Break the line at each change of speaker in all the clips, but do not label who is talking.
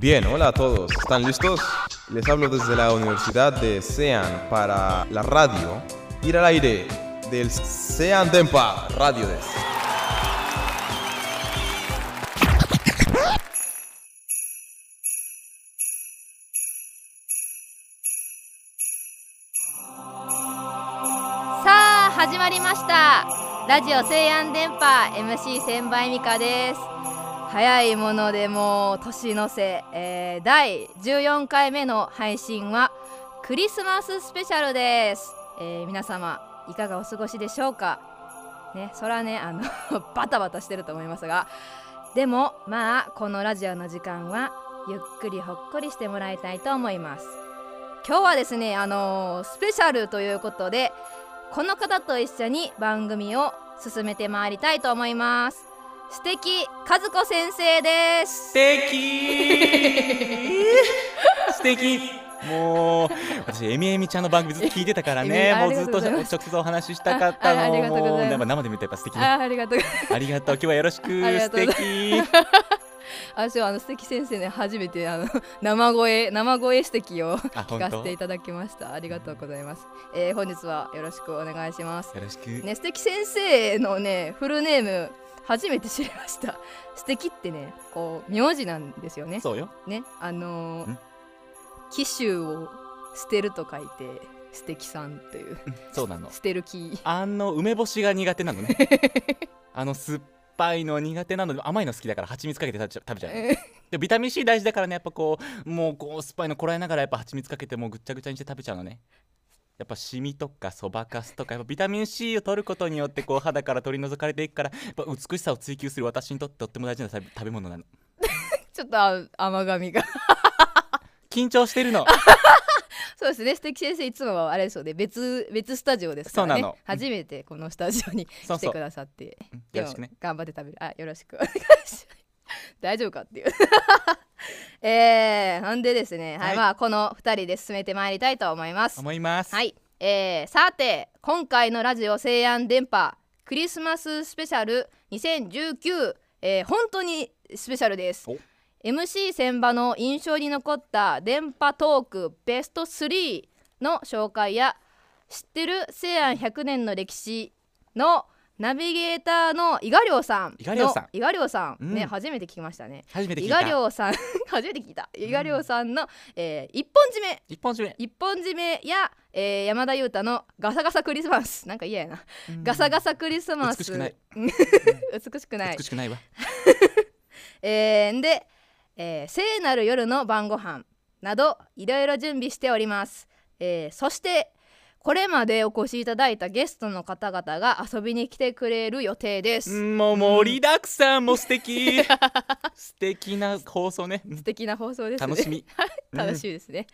Bien, hola a todos. ¿Están listos? Les hablo desde la Universidad de Sean para la radio. Ir al aire del Sean Dempa Radio Desk.
さあ始まりましたラジオ西安電波 MC 千倍美香です早いものでもう年の瀬、えー第14回目の配信はクリスマススペシャルです、えー皆様いかがお過ごしでしょうかねそらねあの バタバタしてると思いますがでもまあこのラジオの時間はゆっくりほっこりしてもらいたいと思います今日はですねあのースペシャルということでこの方と一緒に番組を進めてまいりたいと思います素敵和子先生です
素敵素敵もう私エミエミちゃんの番組ずっと聞いてたからね
エミ
も
あ
う
り
ず
がとうご
っ
ざ
と
います
直接お話ししたかった
ああ
の
りがとうござい
もう
ます
やっぱ生で見るとやっぱ素敵 ね
あありがとう
ありがとう今日はよろしく
ありが
素
とうございま
敵
私 はあの素敵先生ね初めてあの生声生声素敵を
あ
聞
本
か
当
せて
よ
いただきましたありがとうございます、えー本日はよろしくお願いします
ろしく、
ね素敵先生のねフルネーム初めて知りました素敵ってねこう名字なんですよね
そうよ
ねあのー
ん
紀州を捨てると書いて素敵さんという
そうなの
捨てる木
あの梅干しが苦手なのね あの酸っぱいの苦手なので甘いの好きだから蜂蜜かけて食べちゃ食べち ゃうでビタミン C 大事だからねやっぱこうもうこう酸っぱいのこらえながらやっぱ蜂蜜かけてもうぐっちゃぐちゃにして食べちゃうのねやっぱシミとかそばかすとかやっぱビタミン C を取ることによってこう肌から取り除かれていくからやっぱ美しさを追求する私にとってとっても大事な食べ食べ物なの
ちょっとあ甘がみが
緊張してるの
そうですね素敵先生いつもはあれそうで別別スタジオですからね
そうなの
初めてこのスタジオに
そう
来て
そう
くださって
よろしくね
でも頑張って食べるあよろしくお願いします大丈夫かっていう えー、ほんでですねはい、
はい
まあこの2人で進めてまいりたいと思います
思います
はい、えー、さて今回のラジオ西安電波クリスマススペシャル2019、えー、本当にスペシャルです
お
MC 千葉の印象に残った電波トークベスト3の紹介や知ってる西安100年の歴史のナビゲーターの伊賀亮さんの
伊賀亮さん
伊賀亮さん、ね
うん
初めて聞きましたね
初めて聞
伊
い
賀
た
亮さん 初めて聞いた伊賀亮さんの、えー一本締め
一本締め
一本締めや、えー山田裕太のガサガサクリスマスなんか嫌やな、ガサガサクリスマス
美しくない
美しくない
美しくないわ
えーで、えー聖なる夜の晩ご飯などいろいろ準備しております、えーそしてこれまでお越しいただいたゲストの方々が遊びに来てくれる予定です、
もう盛りだくさんも素 敵素敵な放送ねうん
素敵な放送ですね
楽しみ
楽しみですね、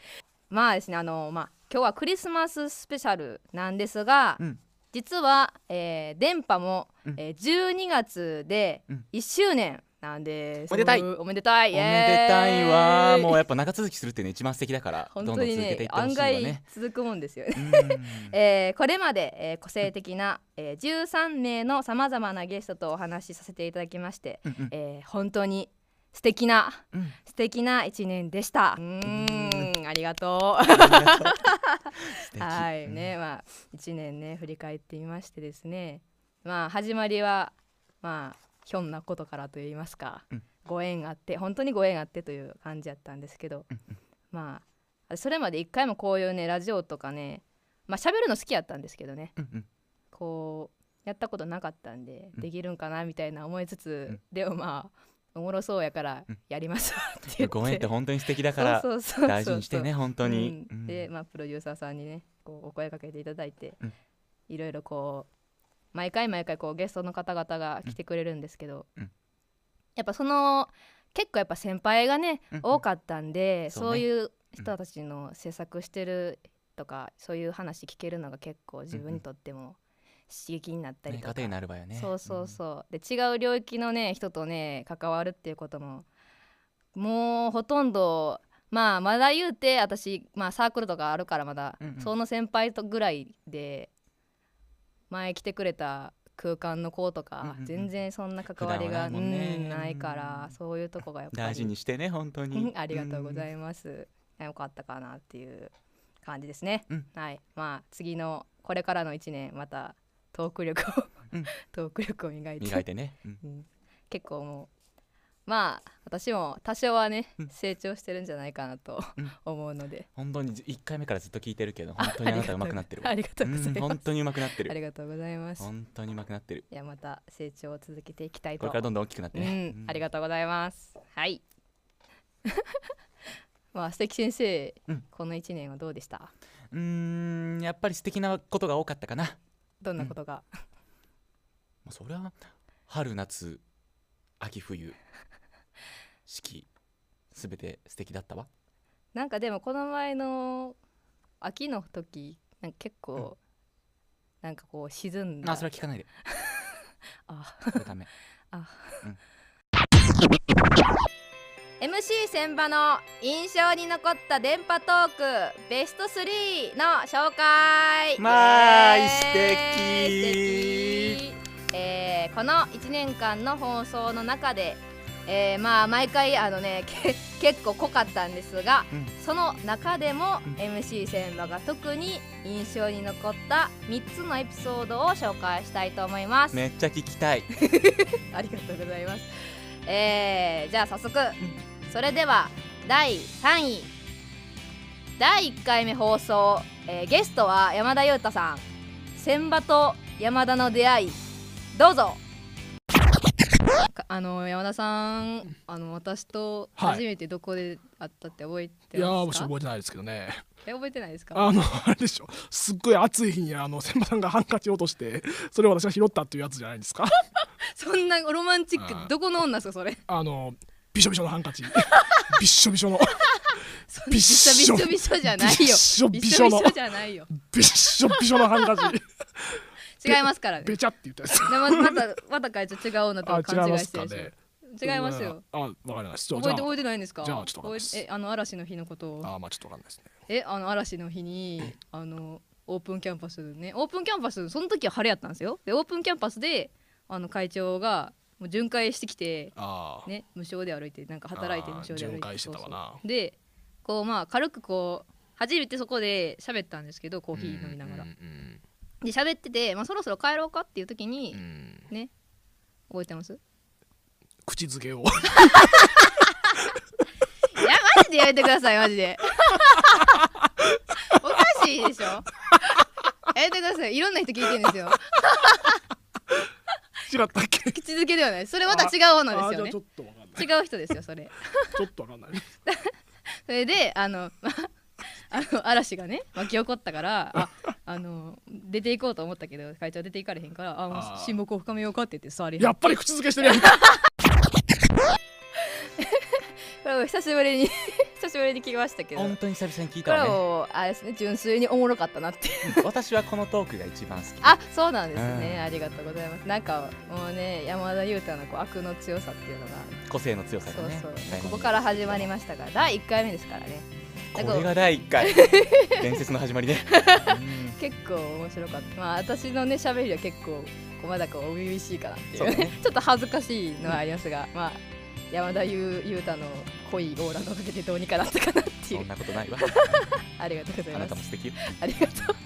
まあですねあのまあ今日はクリスマススペシャルなんですが、
うん
実は、えー電波も、
うん
えー12月で
うん
1周年なんです、
おめでたい
おめでたい
おめでたいわもう
う
やっぱ長続きするってね一番素敵だから
本
どん
当
どん
に
続け
ね
ていってほし
案
いわ
外
ね
続くもんですよね、
うん
えーこれまで、えー個性的な、えー13名のさまざまなゲストとお話しさせていただきまして、
うんうん
えー本当に素敵な
うん
素敵な一年でしたうーんありがとう
素敵
はい
うん
ね、まあ1年ね振り返ってみましてですねまあ始まりはまあひょんなことからといいますか、
うん
ご縁があって本当にご縁があってという感じやったんですけど、まあそれまで一回もこういうねラジオとかねまあ喋るの好きやったんですけどね
うんうん
こうやったことなかったんで、
うん
できるんかなみたいな思いつつ、
うん
でもまあおもろそうやから
うん
やりますわって言って、
ご縁って本当に素敵だから
そうそうそうそう
大事にしてね本当に
う
うんん
で、まあ、プロデューサーさんにねこうお声かけていただいて、
うん
いろいろこう毎回毎回こうゲストの方々が来てくれるんですけど、
うん
やっぱその結構やっぱ先輩がね、
うんうん
多かったんで
そうね
そういう人たちの制作してるとか、そういう話聞けるのが結構自分にとっても刺激になったり
ね
とか、
糧になるわよね
そうそうそう、で違う領域のね人とね関わるっていうことももうほとんどまあまだ言うて私、まあ、サークルとかあるからまだ、
うんうん
その先輩とぐらいで前来てくれた空間の子とか
うんうんうん
全然そんな関わりが、
普段はないもんね
うんないからそういうとこがやっぱり
大事にしてね本当
う
に
ん ありがとうござ
ま
います。よかったかなっていう感じですね。
うん
はい、まあ次のこれからの1年またトーク力を、
うん
トーク力を磨いて
磨いてね、うん
うん結構もうまあ私も多少はね、
うん
成長してるんじゃないかなと
うん
思うので、
本当に1回目からずっと聞いてる けど本当にあなた上手くなってるわ
ありがとうござい
うん
ま
本
す。
当に上手くなっ
あ
てる
りがとうございます。
本当に上手くなってる
いやまた成長を続けていきたい
ことれからどんどん大きくなってね、
うん、ありがとうございます。はい。 まあ、素敵先生、
うん
この一年はどうでした。
うーんやっぱり素敵なことが多かったかな
どんなことが、
まあそれは春夏秋冬四季すべて素敵だったわ
なんかでも、この前の秋の時、なんか結構。なんかこう沈んだ。
あそれは聞かないで
あ
これダメ
MC 千葉の印象に残った電波トークベスト3の紹介
まあ
イエーイ
素
素
敵
敵えーこの1年間の放送の中で、えーまあ毎回あのね け結構濃かったんですが、
うん
その中でも
うん
MC 千葉が特に印象に残った3つのエピソードを紹介したいと思います、
めっちゃ聞きたい
ありがとうございます。えー、じゃあ早速、それでは第3位第1回目放送、えーゲストは山田裕太さん千葉と山田の出会いどうぞかあの山田さんあの私と
はい
初めてどこで会ったって覚えて
いやー
ま
もし
すか、
覚えてないですけどね
え覚えてないですか
あの あれでしょすっごい暑い日にあの千葉さんがハンカチ落としてそれを私が拾ったっていうやつじゃない ですか
そんなロマンチッ
あ
ク
ー
どこの女ですかそれ
あのびしょびしょのハンカチびっしょびしょの
そんな
びっしょ
びっしょびしょじゃないよ
びっしょ
び
び
っ
し
しょ
ょ
びし
の
ょじゃないよ
びっしょびしょのハンカチ
違いますからね
べちゃって言ったやつ
でままたまた会長違うのと
あ
勘
違い
違
ま
い
す
して
か
るでし
ね
ょ違いますよ
あわかりましたじ
覚
ゃ
えて覚えてないんですか
じゃあちょっとわかんないです
覚えてえあの嵐の日のことを
ああーまあちょっとわかんないですね
えあの嵐の日 にあのオープンキャンパスねオープンキャンパスその時は晴れやったんですよでオープンキャンパスであの会長がもう巡回してきて
ああ、
ね無償で歩いてなんか働いて無償で歩いて
あー巡回してたわな
そうそうでこうまあ軽くこう初めてそこで喋ったんですけどコーヒー飲みながら、
うんうん
で喋ってて、まあ、そろそろ帰ろうかっていう時に、
うんうん
ね覚えてます
口づけを
いやマジでやめてくださいマジで おかしいでしょやめてくださいいろんな人聞いてるんですよ
違ったっけ
口づけではないそれまた違うの
あーじゃ
ですよ
あ
ね
ちょっとわかんない
違う人ですよそれ
ちょっとわかんない
それであの まあの嵐がね巻き起こったからああの出ていこうと思ったけど会長出ていかれへんからあもう
あー
親睦を深めようかって言って座り
や
は
っぱり口づけして るやん
これを久しぶりに 久しぶりに聞きましたけど
本当に久々に聞い
こ
た
れ
わね
をあれですね純粋におもろかったな って
うん私はこのトークが一番好き
あそうなんですね、
うん
ありがとうございますなんかもうね山田裕太のこう悪の強さっていうのが、
個性の強さ
そ
が
う
ね
そう
大
こ
変
こから始まりましたから第1回目ですからねなん
こ
か
れが第1回 伝説の始まりね、
結構面白かったまあ私のね喋りは結構こうまだこう初々しいかなってい
う
う
んそうだね
ちょっと恥ずかしいのはありますが、まあ山田裕裕太の濃いオーラのおかげでどうにかなったかなってい
そ
うん
なことな いわ
ありがとうござい
あな
ま
た
す
も素敵よ
ありがとう。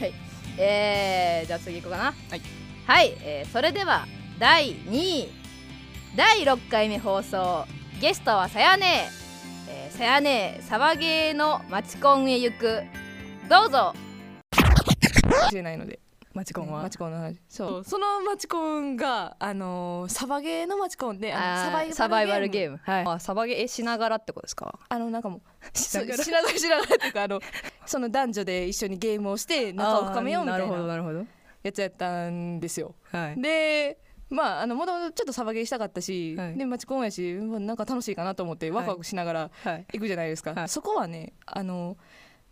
はい。えー、じゃあ次行こうかな。
はい。
はい、えーそれでは第2位第6回目放送ゲストはさやねえー、さやねサバゲーのマチコンへ行くどうぞ
知れないので
マチコンは、
マチコンの話
そ
そう
うそのマチコンが、あのーサバゲーのマチコンであの
あーサバイバルゲ
ム
ームはいあサバゲーえしながらってことですか
あのなんかもう
しながら
そう知らない知らないっていうかあのその男女で一緒にゲームをして仲を深めようみたい
あ
な
ーるほどなる
やつやったんですよ
ほどはい
でまああのもともとちょっとサバゲーしたかったし、
はい
でマチコンやし、まあなんか楽しいかなと思ってワクワクしながら
はい
行くじゃないですか、
はい
そこはねあの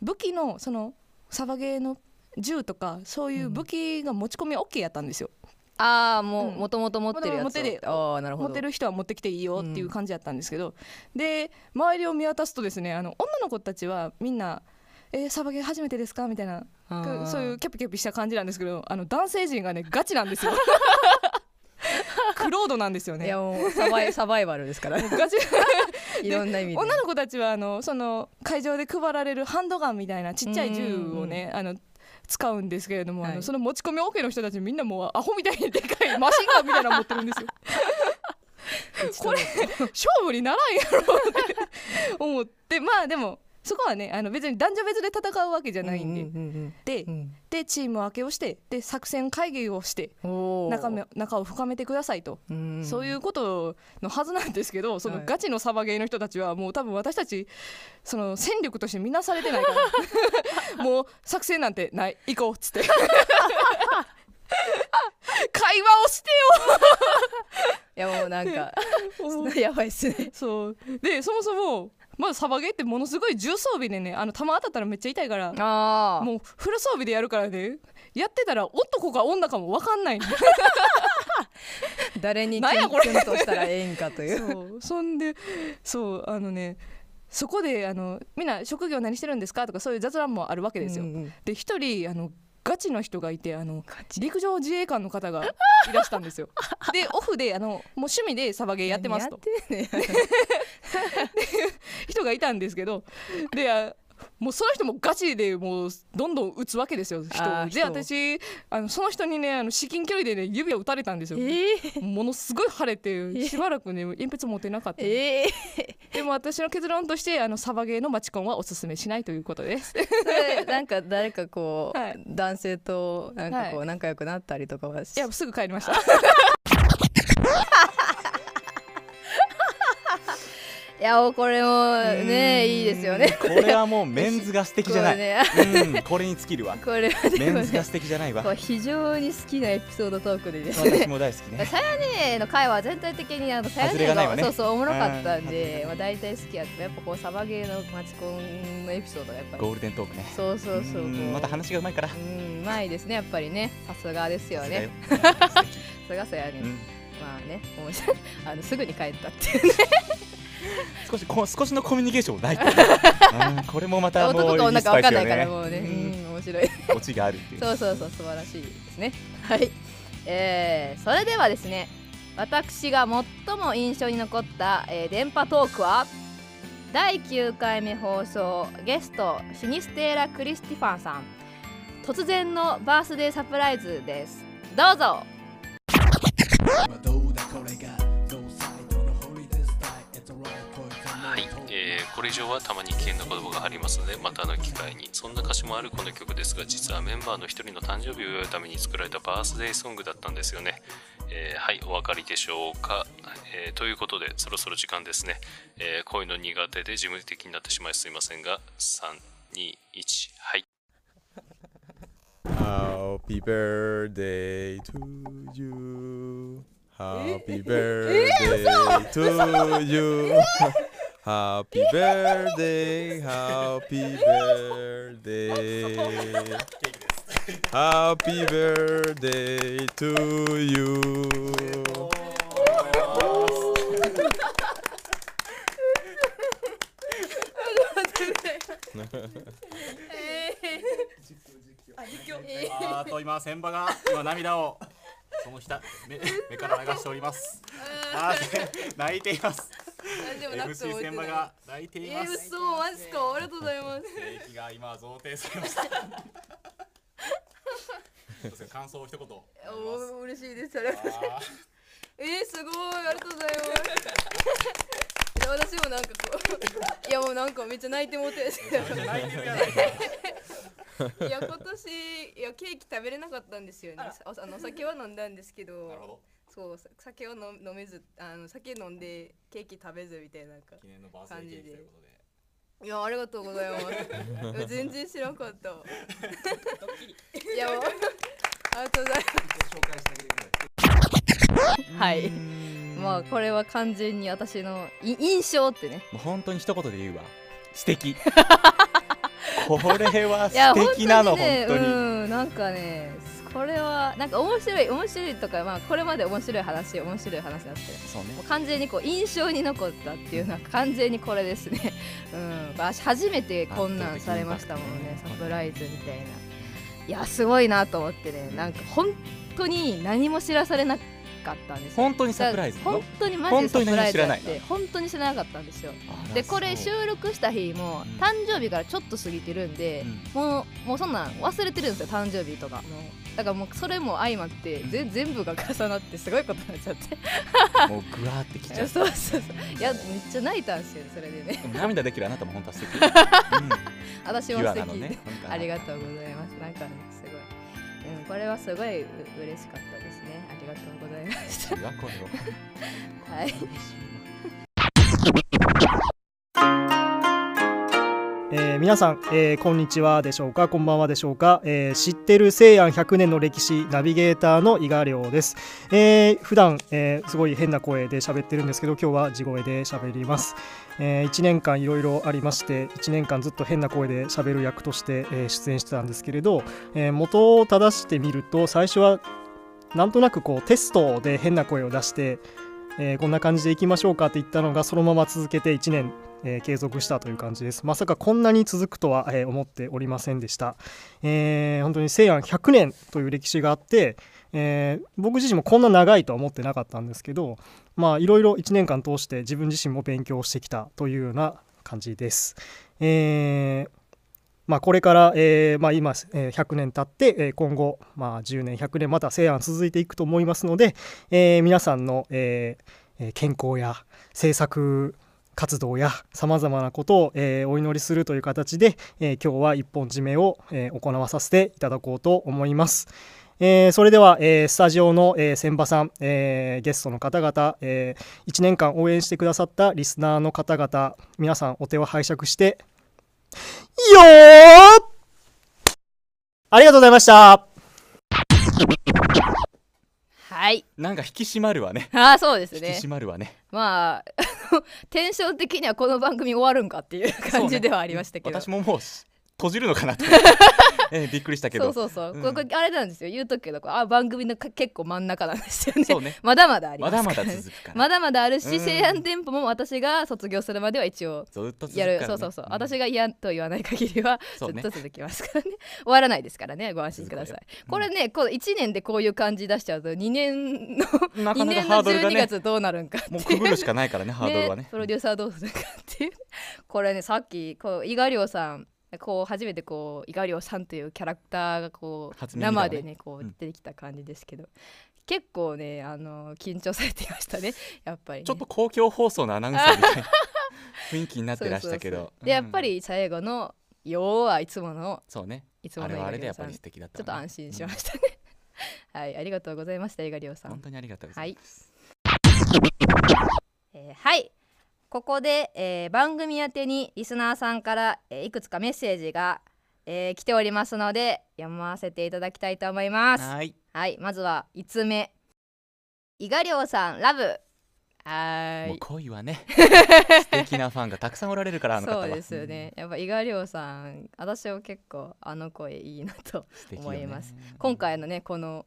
武器のそのサバゲーの銃とかそういう武器が持ち込み OK やったんですよ、
ああもう
うん
もともと持ってるやつを
持ってる
ああなるほ
持
ど
ってる人は持ってきていいよっていう感じだったんですけど、で周りを見渡すとですねあの女の子たちはみんな、えーサバゲー初めてですかみたいな
あー
そういうキャピキャピした感じなんですけどあの男性陣がねガチなんですよ クロードなんですよ
い
ね
やもうサバイサバイバルですからね
ガチ
いろんな意味で
女の子たちはあのその会場で配られるハンドガンみたいなちっちゃい銃をねあの使うんですけれども、あ
は
の
い
その持ち込み OK の人たちみんなもうアホみたいにでかいマシンガンみたいなの持ってるんですよ。これ勝負にならんやろって思って まあでもそこはねあの別に男女別で戦うわけじゃないんで、
うんうん
で
うんうん
でチーム分けをしてで作戦会議をして
うんおー
仲め仲を深めてくださいと
うん
そういうことのはずなんですけど、その
はい
ガチのサバゲーの人たちはもう多分私たちその戦力として見なされてないか らもう作戦なんてない行こうっつって会話をして
いやもうなんか やばいっすね
よそうでそもそもまあサバゲーってものすごい重装備でねあの弾当たったらめっちゃ痛いから
ああ
もうフル装備でやるからねやってたら男か女かも分かんない
誰にキ
なん
ュ
や
ン
これ
キュンとしたらええんかという
そうそんでそうあのねそこであのみんな職業何してるんですかとかそういう雑談もあるわけですよ。
うんうん
で一人あのガチの人がいてあの
ガチ
陸上自衛官の方がいらしたん ですよ。でオフであのもう趣味でサバゲーやってますと
何やってんねん
人がいたんですけどであもうその人もガチでもうどんどん打つわけですよ人
あー
をで
人を
私あのその人にねあの至近距離でね指を打たれたんですよ。
え
ものすごい腫れてしばらくね鉛筆持てなかった
ー、。えー、
でも私の結論としてあのサバゲーのマチコンはおすすめしないということです。
それなんか誰かこう、
はい
男性となんかこ
は
う仲良くなったりとかはし
いやすぐ帰りました。
いやもうこれもねいいですよね
これはもうメンズが素敵じゃな
こ
い
れね
うんこれに尽きるわ
これは
メ
でも
ンズが
ね
素敵じゃな い
こ
わ
う非常に好きなエピソードトークでですね
私も大好き ね
さやねの会は全体的にあのさや
外れがないわ
ね
ね
そうそうおもろかったん
うん外れがな
で
い、
まあ大体好きやってやっぱこうサバゲーのマチコンのエピソードがやっぱり
ゴールデントークね
そうそうそうこ
う
うん
また話がうまいから
うんうまいですねやっぱりねさすがですよね
さすがよ素 敵
さすがさやね
うん
まあね面白いあのすぐに帰ったっていうね
少しこ少しのコミュニケーションもない っていうねうんこれもまたもう
男と女か分かんないから
いいス
もう
パイス
ね
よ
う
ね
ん面白い
うんオチがあるっていう
そうそうそう素晴らしいですね はいえー、それではですね私が最も印象に残った、えー電波トークは第9回目放送ゲストシニステーラ・クリスティファンさん突然のバースデーサプライズですどうぞ
はい、えーこれ以上はたまに危険な言葉がありますのでまたの機会にそんな歌詞もあるこの曲ですが実はメンバーの一人の誕生日を祝うために作られたバースデーソングだったんですよね、えーはいお分かりでしょうか、えーということでそろそろ時間ですね、えーこういうの苦手で事務的になってしまいすいませんが321はい
Happy birthday to you. Happy birthday to you. Happy birthday. Happy birthday. Happy birthday to you.
あーと今千葉が今涙をそのひ た目目から流しております。あーせ泣いています。MC 千葉が泣いています。
そうマジすかありがとうございます
正気が今贈呈されました。どうですか感想を一言。
嬉しいです えー、すごいありがとうございますいや私もなんかこうい やもうなんかめっちゃ泣いても うてい
泣いてるやないか。
や今年いやケーキ食べれなかったんですよねああのお酒は飲んだんですけど
なるほど。
そうさ酒を飲飲めずあの酒飲んでケーキ食べずみたいななんか
記念のバースデーケーキということで。
いやありがとうございますいや全然知らんかったいやもうありがとうございますはいう
ーん
まあこれは完全に私のい印象ってね
もう本当に一言で言うわ素 敵これはい
や
素敵なの
本当にね
本当に
うんなんかねすこれはなんか面白い面白いとか、まあ、これまで面白い話面白い話だって
そうね
もう完全にこう印象に残ったっていうのは完全にこれですね、うん、私初めてこんなんされましたもんね
あ
サプライズみたいないやすごいなと思ってねなんか本当に何も知らされなかったんですよ
本当にサプライズ
だから本当にマジでサプライズやっ
本当に何も知らな
て本当に知らなかったんですよ
あら
でこれ
そ
収
う
録した日も
うん
誕生日からちょっと過ぎてるんで、もうもうそんなん忘れてるんですよ誕生日とかもうだからもうそれも相まってぜ全部が重なってすごいことになっちゃって
うんもうぐわーってきち
い
ゃ
や
う
そうそうそういやめっちゃ泣いたんですよそれでね
でも涙できるあなたも本当は素敵、うん、
私も
ピ
素
ュアなの
敵で、
ね
ありが
う
とうございますなんかねすごい、うん、これはすごいう嬉しかったですねありがとうございまし
いやこれは
たはい
えー皆さん、えーこんにちはでしょうかこんばんはでしょうか、えー知ってる西安100年の歴史ナビゲーターの伊賀亮です、えー普段、えーすごい変な声で喋ってるんですけど今日は地声で喋ります、え1年間いろいろありまして1年間ずっと変な声で喋る役として、えー出演してたんですけれど、えー元を正してみると最初はなんとなくこうテストで変な声を出して、えーこんな感じでいきましょうかって言ったのがそのまま続けて1年えー継続したという感じです。まさかこんなに続くとは、えー思っておりませんでした。えー本当に西安100年という歴史があって、えー僕自身もこんな長いとは思ってなかったんですけど、まあいろいろ1年間通して自分自身も勉強してきたというような感じです。えーまあ、これから、えーまあ、今、えー100年経って、えー今後、まあ、10年100年また西安続いていくと思いますので、えー皆さんの、えーえー健康や政策活動やさまざまなことを、えーお祈りするという形で、えー今日は一本締めを、えー行わさせていただこうと思います。えーそれでは、えースタジオの、えー千葉さん、えーゲストの方々、え1年間応援してくださったリスナーの方々皆さんお手を拝借してよーっありがとうございました
はい
なんか引き締まるわね
ああそうです
引き
ね
締まるわね
まあ テンション的にはこの番組終わるんかっていう感じではありましたけど
私ももうし閉じるの かなと、えーびっくりしたけ
そう
ど
そうそう、
うん
これこれあれなんですよ言うとくけどこれあ番組のか結構真ん中なんですよね
そうね
まだまだありま
ます
か
だ
ら、ね、
まだ続くから、
まだまだある
う
し
ん
西安店舗も私が卒業するまでは一応
ずっと続くか
や
ら、ね、
るそうそうそう、
ん
私が嫌と言わない限りはず
そう
っ
ね
と続きますからね終わらないですからねご安心ください、これねこう1年でこういう感じ出しちゃうと2年の
な
2
かなか
年
ハ
の
ードルが
12
ね
月どうなるんかって
もう
い
く
う
ぐるしかな いからねハードルはね
プロデューサーどうするかっていうこれねさっきこう伊賀亮さんこう初めてこう伊賀亮さんというキャラクターがこう、
初耳だわ
生で
ね
ねこう
うん
出てきた感じですけど、結構ねあの緊張されていましたねやっぱりね、
ちょっと公共放送のアナウンサーみ たいな雰囲気になってらしたけど
そうそうそうでやっぱ
うん
り最後の「よう」はいつもの
そうね
いつも
あれ
の
はあ
伊
れ
賀
でや
亮
っぱ
さん
り
ち
素敵だった
ょっと安心しま
し
したねはいありがとうございました伊賀亮さん
本当にありがとうござ
はいい。えーはい。ここで、えー番組宛てにリスナーさんから、えーいくつかメッセージが、えー来ておりますので読ませていただきたいと思いま。
ますすはい
はい、まずは5つ目。伊賀亮さん、ラブ。はー
もう
い。
恋は ね素敵なファンがたくさんおられるからあの方は
そうですよね。やっぱ伊賀亮さん、私は結構あの声いいなと。
素敵よ
思います今
今回
回のね、この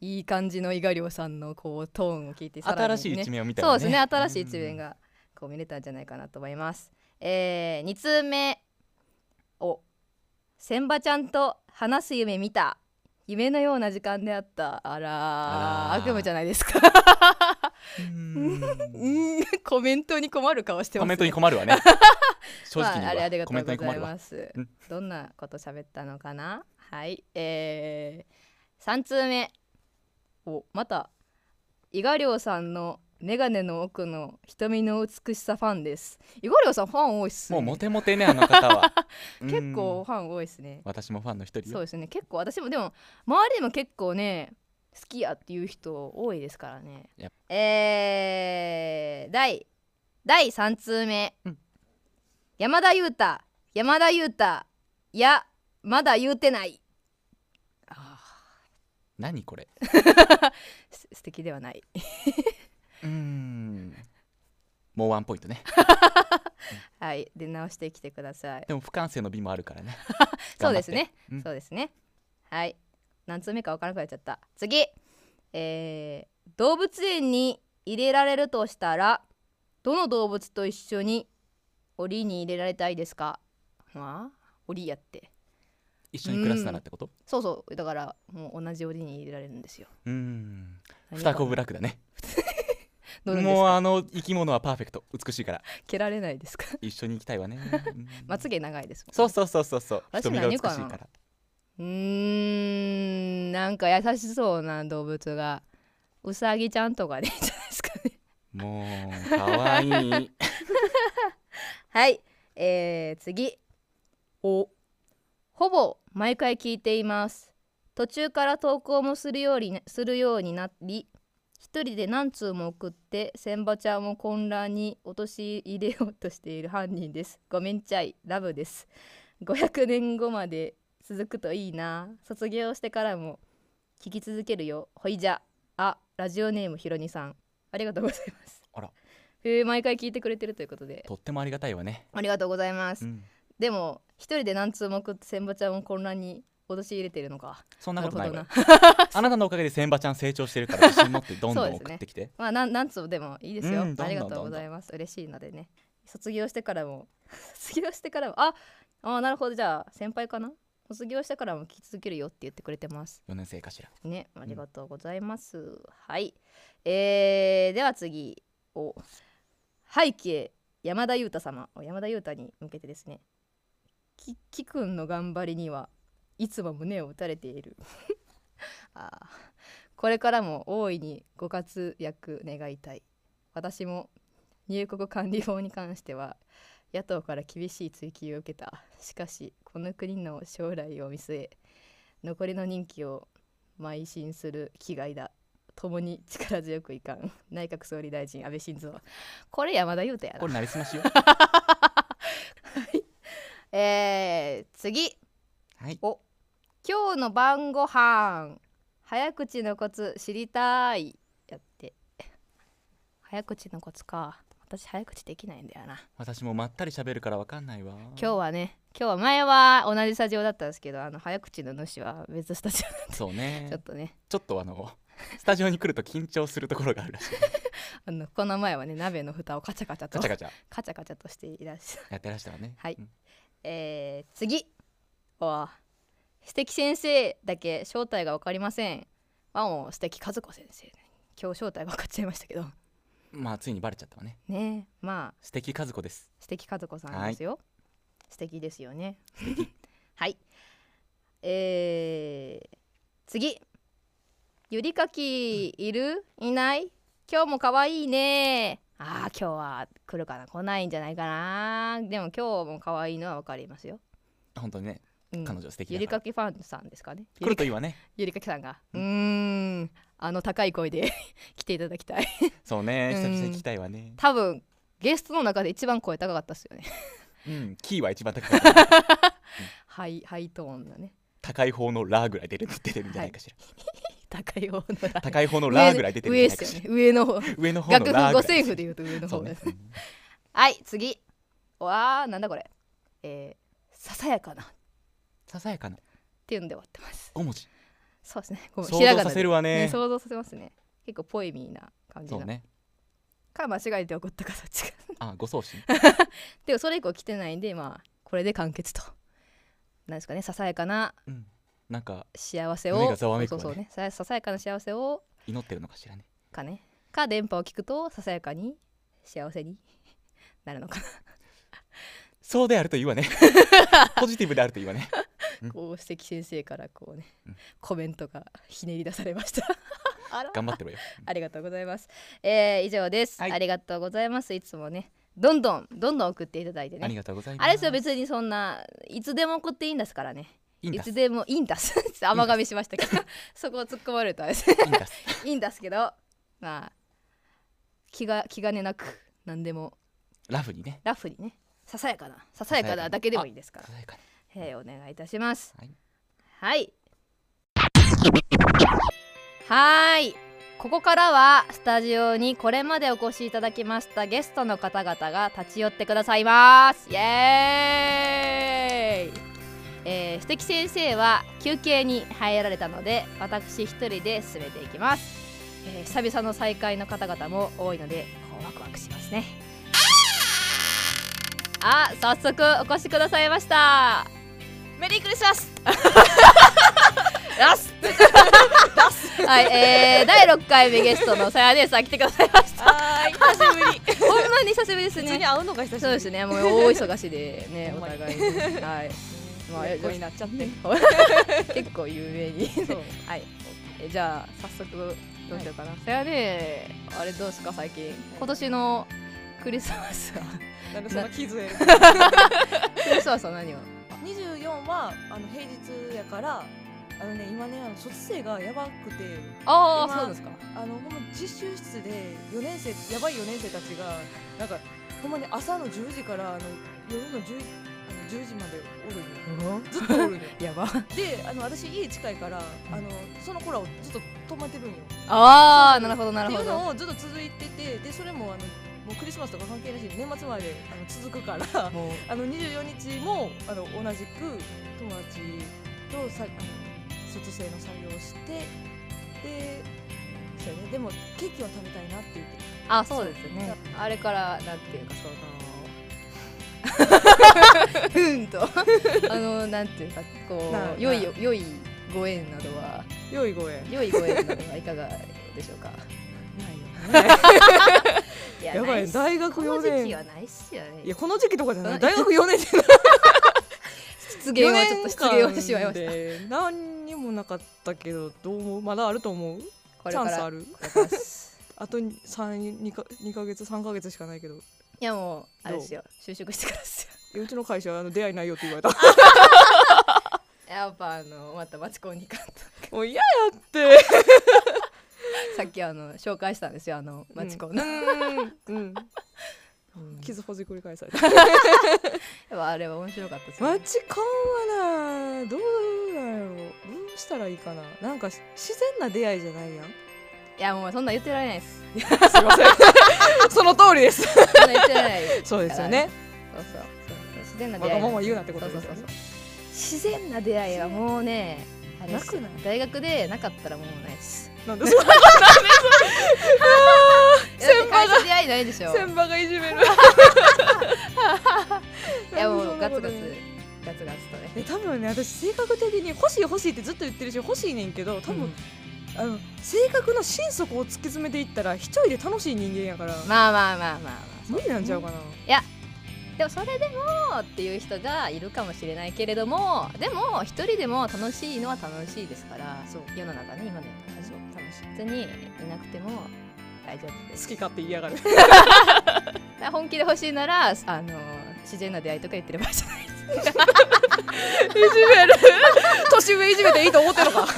いい感じの伊賀亮さんのこうトーンを聞いて、さらにね
新しい一面を見たら
そうですね新しい一面がこう見れたんじゃないかなと思います、えー、2通目お千葉ちゃんと話す夢見た夢のような時間であったあらー
あらー
悪夢じゃないですか
うん
うんコメントに困る顔してます
コメ
ね
ントに困 るわね正直
ま
に
あ、あれありが
言
とう
うわコメント
ござい
に困るわ
ます
うん
どんなこと喋ったのかなはいえー、3通目おまた伊賀亮さんのメガネの奥の瞳の美しさファンです伊賀亮さんファン多いっす
も
ね
うモテモテねあの 方は
結構
うん
ファン多いっすね
私もファンの一人
そう
よ
ですね結構私もでも周りでも結構ね好きやっていう人多いですからね
やっ
えー、第第3通目、
うん
山田裕太山田裕太いやまだ言うてない あ
何 これ
ーす素敵ではない
うんもうワンポイントね
はいで直してきてください
でも不完成の美もあるからね
そうですね、
頑張ってうん
そうですねはい何通目か分からなくなっちゃった次、えー動物園に入れられるとしたらどの動物と一緒に檻に入れられたいですかまあ檻やって
一緒に暮らすならってこと
そうそうだからもう同じ檻に入れられるんですよ
うーん
何か
二コブラク だね
どれです
もう
か
あの生き物はパーフェクト美しいから
蹴られないですか
一緒に行きたい わね、うん
まつげ長いですもん
そうそうそうそうそう
私
瞳が美しい
何
か
からうーんなんか優しそうな動物がうさぎちゃんとかでいいんじゃないですかね
もうかわいい
はいえー、次おほぼ毎回聞いています途中から投稿もするようにするようになり一人で何通も送って千葉ちゃんを混乱に陥れようとしている犯人ですごめんちゃいラブです500年後まで続くといいな卒業してからも聞き続けるよほいじゃあラジオネームひろにさんありがとうございます
あら
えー毎回聞いてくれてるということで
とってもありがたいわね、
ありがとうございます
うん、
でも一人で何通も送って千葉ちゃんを混乱に陥れてるのか
そんなことない
な
わ
る
よ
ほどな
あなたのおかげで千葉ちゃん成長してるから自信持ってどんど
そうんですね
送ってきて、
まあなん何通でもいいですよ、
うんどんどん
ありがとうございます嬉しいのでね卒業してからも 卒業してからもああなるほどじゃあ先輩かな卒業してからも聞き続けるよって言ってくれてます
4年生かしら
ねありがとうございます、はいえー、では次お背景山田裕太様お山田裕太に向けてですねききくんの頑張りにはいつも胸を打たれている あーこれからも大いにご活躍願いたい私も入国管理法に関しては野党から厳しい追及を受けたしかしこの国の将来を見据え残りの任期を邁進する気概だ共に力強くいかん内閣総理大臣安倍晋三これ山田裕太やな
これなりす ましよ
えー、次
はい
お今日の晩ご飯早口のコツ知りたいやって早口のコツか私早口できないんだよな
私もまったり喋るからわかんないわ
今日はね今日は前は同じスタジオだったんですけどあの早口の主は別スタジオ
そうね
ちょっとね
ちょっとあのスタジオに来ると緊張するところがあるらしい
あのこの前はね鍋の蓋をカチャカチャと
ガチャガ チャ
カチャカチャとしていらっしゃる
やってらしたわね
はい
うん
えー、次は素敵先生だけ正体が分かりませんワンオン素敵和子先生今日正体分かっちゃいましたけど
まあついにバレちゃったわね
ねえまあ
素敵和子です
素敵和子さんですよ、素敵ですよね はいえー、次ゆりかきいるいない今日も可愛いねあー今日は来るかな来ないんじゃないかなでも今日も可愛いのは分かりますよ、
本当にね
うん
彼女素敵
ゆ
だ
り
か
からきファンさんですかね
来るといいわね
ゆりかきさんがうーんあの高い声で 来ていただきたい
そうね
うん
久々に聞きたいわね
多分ゲストの中で一番声高かったっ すよね
うんキーは一 番高かった
ハイハイトーンのね
高い方のラーぐらい出る出てるんじゃないかしら
高い方のラ
高い方のラーぐらい出てるんじ
上
ゃ
で
ないか
す
し
よ
ら
ね上の方
上の方
楽
の
譜
ラーぐらい
5000譜で言うと上の
そ
方
う
で
ね
す、
うん
はい次わーなんだこれえー、ささやかなっ
ささやかな
ていうんで終わってます
5文字
そうですねごめん
想
ひら
像
がな
さ
で
せるわね
ね想像させますね結構ポエミーな感じ
そう
の、
ね
か間違えて怒ったかどっちか
あご送信
でもそれ以降来てないんでまあこれで完結となんですかねささやかな
うんなんか
幸せを
胸がざわめく
そう
わね
そうねさささやかな幸せを
祈ってるのかしらね
かねか電波を聞くとささやかに幸せに なるのかな
そうであるといい わねポジティブであるといいわねうん
こう指摘先生からこうね、
うん
コメントがひねり出されました あら
頑張ってろよ
ありがとうございます、えー以上です、
はい
ありがとうございますいつもねどんどんどんどん送っていただいて
あり
ね
がとうございます
あれですよ別にそんないつでも送っていいんですからね
イン
い
ダス
つでもいいんだ す甘噛みしましたけ どそこを突っ込まれたらですね
インダ ス
いいんですけどまあ気が気兼ねなく何でも
ラフにね
ラフにねささやかなささやかなだけでもいいですから
ささやかに
えーお願いいたします
はい
はいはーいここからはスタジオにこれまでお越しいただきましたゲストの方々が立ち寄ってくださいますイエーイえー、素敵先生は休憩に入られたので私一人で進めていきます、えー、久々の再会の方々も多いのでこうワクワクしますねあ早速お越しくださいました
メリークリスマス
ラスはい、えー、第6回目ゲストのさや姉さん来てくださいま した
はーい久しぶり
ほんまに久しぶりです
普
ね
通に会うのが久しぶり
そうですね、もう大忙しで ね、お互いに。はい。まあ、
こになっちゃって
結構有名に。
そう
はい。えじゃあ、早速、どうしようかな。それはね、あれどうですか、最近。今年のクリスマス は。
なんでそんな気づえ る
クリスマスは何 を
24はあの平日やからあのね今ねあの卒生がやばくて
ああ、
今
そうですか。
あのほんま実習室で4年生やばい4年生たちがなんかほんまに朝の10時からあの夜の 10, あの10時までおるんよずっとおるんよ
やば。
であの私家近いからあのその子らをずっと泊まってるんよ
ああ、なるほど、なる
ってい
ほ
う
ど。
のをずっと続いててでそれもあのもうクリスマスとか関係なしに年末まであの続くから
もう
あの24日もあの同じく友達とさあの卒生の作業をしてでそうやねでもケーキは食べたいなって言って
あ、そうですね。あれから、なんていうか、その。 ふんと。あの、なんていうか、こ
なな
う、良い、良いご縁などは。
良いご縁
良いご縁などはいかがでしょうか。
ない よね
いや
やばい
なっす
大学
この
4
時期
年
はないっすよ
い
ね
や。この時期とかじゃな
う
い
ん
大学4年生の
失言はちょっと失言をしてしまいまし
4
た。
年間で何にもなかったけどどう思うまだあると思う
これ
チャン
か
スあ
ら。
る
私
あと3 2か二ヶ月3ヶ月しかないけど
いやもうあれですよ。就職してからですよ。
えうちの会社あの出会いないよって言われ た
やっぱあのまた町コンに行かんと。
もう嫌やって
さっきあの紹介したんですよあの町コンの。や
うん、うん、傷ほじくり返された
っぱあれは面白かったですよ
マ
ね。
チコンはなどうなんやろうどうしたらいいかななんかし自然な出会いじゃないやん
いや もうそんなん言ってられないです。
すいませ んその通りです
そんなん言ってられない。
そ
そう
うですよね
そうそうそう。自然な出
わ
会
が
い。
まま言うなってことですよね
そうそうそう 自然な出会いはもうね。あれっす
なくない
大学でなかったらもうないです。
なんでそんな
先輩が出会いないでしょ。
先輩がいじめる
いやもうガツガツ
ね
ガツガツとね。
多分ね私性格的に欲しい欲しいってずっと言ってるし欲しいねんけど多分、
うん
あの性格の心底を突き詰めていったら一人で楽しい人間やから、
まあまあまあまあまあ。
無理なんちゃうかな、
でもそれでもっていう人がいるかもしれないけれども、でも一人でも楽しいのは楽しいですから。
そう
世の中ね今ね
そう楽しい
別にいなくても大丈夫です。
好き勝手言いやがる
だから本気で欲しいならあの自然な出会いとか言ってればいいじゃないです
年上いじめていいと思ってるのか
か。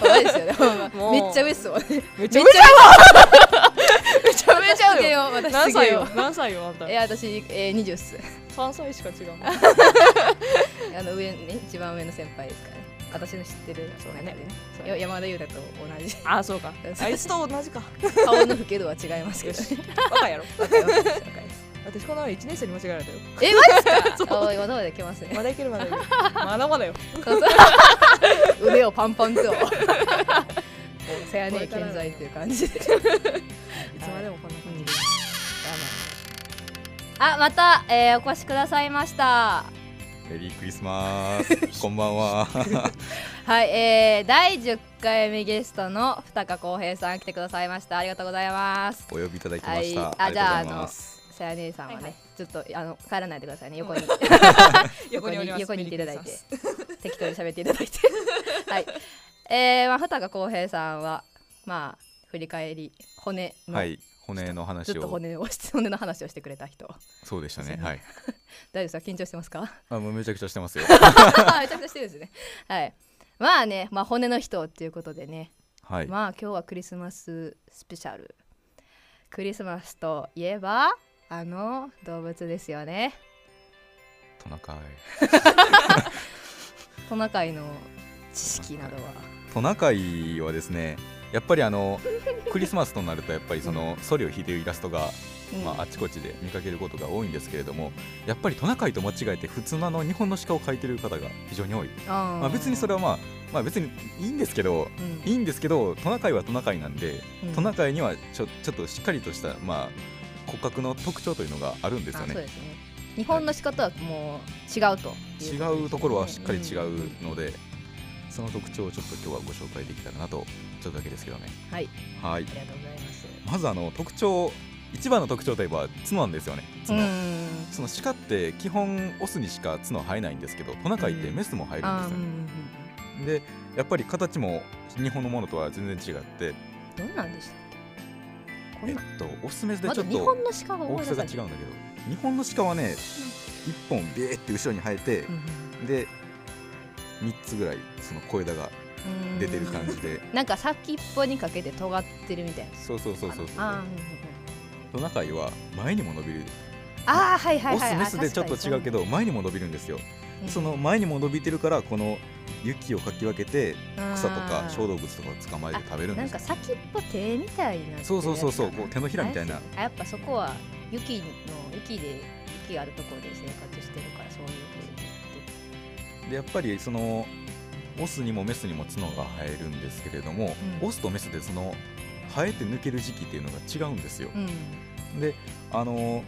怖いですよね。ほんま
もう
めっちゃ上っすもんね。
めっ
ちゃ
上
めちゃ上ちゃうよ。
何
私すげ
歳
え
よ
よ。
何歳よあんた
いや私え二十っす。
3歳しか違う
あの上ね一番上の先輩ですからね。私の知ってるそうね。
そうだ
や
ね
山田優太と同じ。
あそうか あいつと同じか
顔の老け度は違いますけどね。
若いやろ
わかりますわかります
私この前1年生に間違えられたよ
え、マジですか。あ、今まで来ますね。
まだいけるまだいける まだまだよ
そうそう腕をパンパン と。もうせやねえ健在という感じで。
いつまでもこんな感じで
あ、また、えー、お越しくださいました。
メリークリスマス。こんばんは。
はい、えー、第10回目ゲストの二日浩平さん来てくださいました。ありがとうございます。
お呼びいただきました。
あ、じゃあ、あ
りがとうござい
の、
ます。
さや姉さん
は
はね、
いはい
ちょっと、あの、帰らないでくだ さいね、横に。
横におります
横にいていただいて
メリークリスマス
適当に喋っていただ いてはいえー、まあ二高浩平さんはまあ振り返り骨の、
はい、骨の
ずっ
話
と
を。
骨をして骨の話をしてくれた人
そうでした
です
ね。
よね
はい。
大丈夫ですか緊張してますか
あ、もうめちゃくちゃしてますよ。
あ めちゃくちゃしてるんですねはいまあねまあ骨の人っていうことでね、
はい。
まあ今日はクリスマススペシャルクリスマスといえばあの動物ですよ ね
トナカイ。
トナカイの知識などは
トナカイはですね。やっぱりあのクリスマスとなるとやっぱりそのソリを引いているイラストが
うん
まあ、あちこちで見かけることが多いんですけれどもやっぱりトナカイと間違えて普通のあの日本の鹿を描いてる方が非常に多い、
あ
まあ、別にそれは、まあ、まあ別にいいんですけどいいんですけどトナカイはトナカイなんで、
うん
トナカイにはちょちょっとしっかりとした、まあ、骨格の特徴というのがあるんですよ
あそう
ね
ですね日本の仕方はもう違うと
違うところはしっかり違うので、その特徴をちょっと今日はご紹介できたらなとちょっとだけですけどね
はい
はい
ありがとうございます
まずあの特徴一番の特徴といえば角なんですよね
う
角、
ん
その鹿って基本オスにしか角生えないんですけどトナカイってメスも生えるん
あ
です
ーう
よ
んう
ね、
ん
でやっぱり形も日本のものとは全然違って
うんどんなんでしたっけこん
えっ
なん
とオスメスで
ま
ちょ
ず
っ
日
と
本の鹿が
大
思い
き
出
さ
さ
が
れ
違うんだけど日本の鹿はね一本ビーって後ろに生えて
う、ん
で3つぐらいその小枝が
うんうん
出てる感じで、
なんか先っぽにかけて尖ってるみたいな
そうそうそうそうそう
あーうんうんうん
トナカイは前にも伸びる、
あーはいはいはい
オスメスでちょっと違うけ
ど
ど前にも伸びるんですよ、その前にも伸びてるからこの雪をかき分けて草とか小動物とかを捕まえて食べるん
なん
です
か
よ
先っぽ手みたいになってるやつ
そうそうそうそう
かな
こう手のひらみたいな
あやっぱそこは雪の雪で雪があるところで生活してるからそういうふ
でやっぱりそのオスにもメスにも角が生えるんですけれども、
うん
オスとメスでその生えて抜ける時期っていうのが違うんですよ、
うに
であのー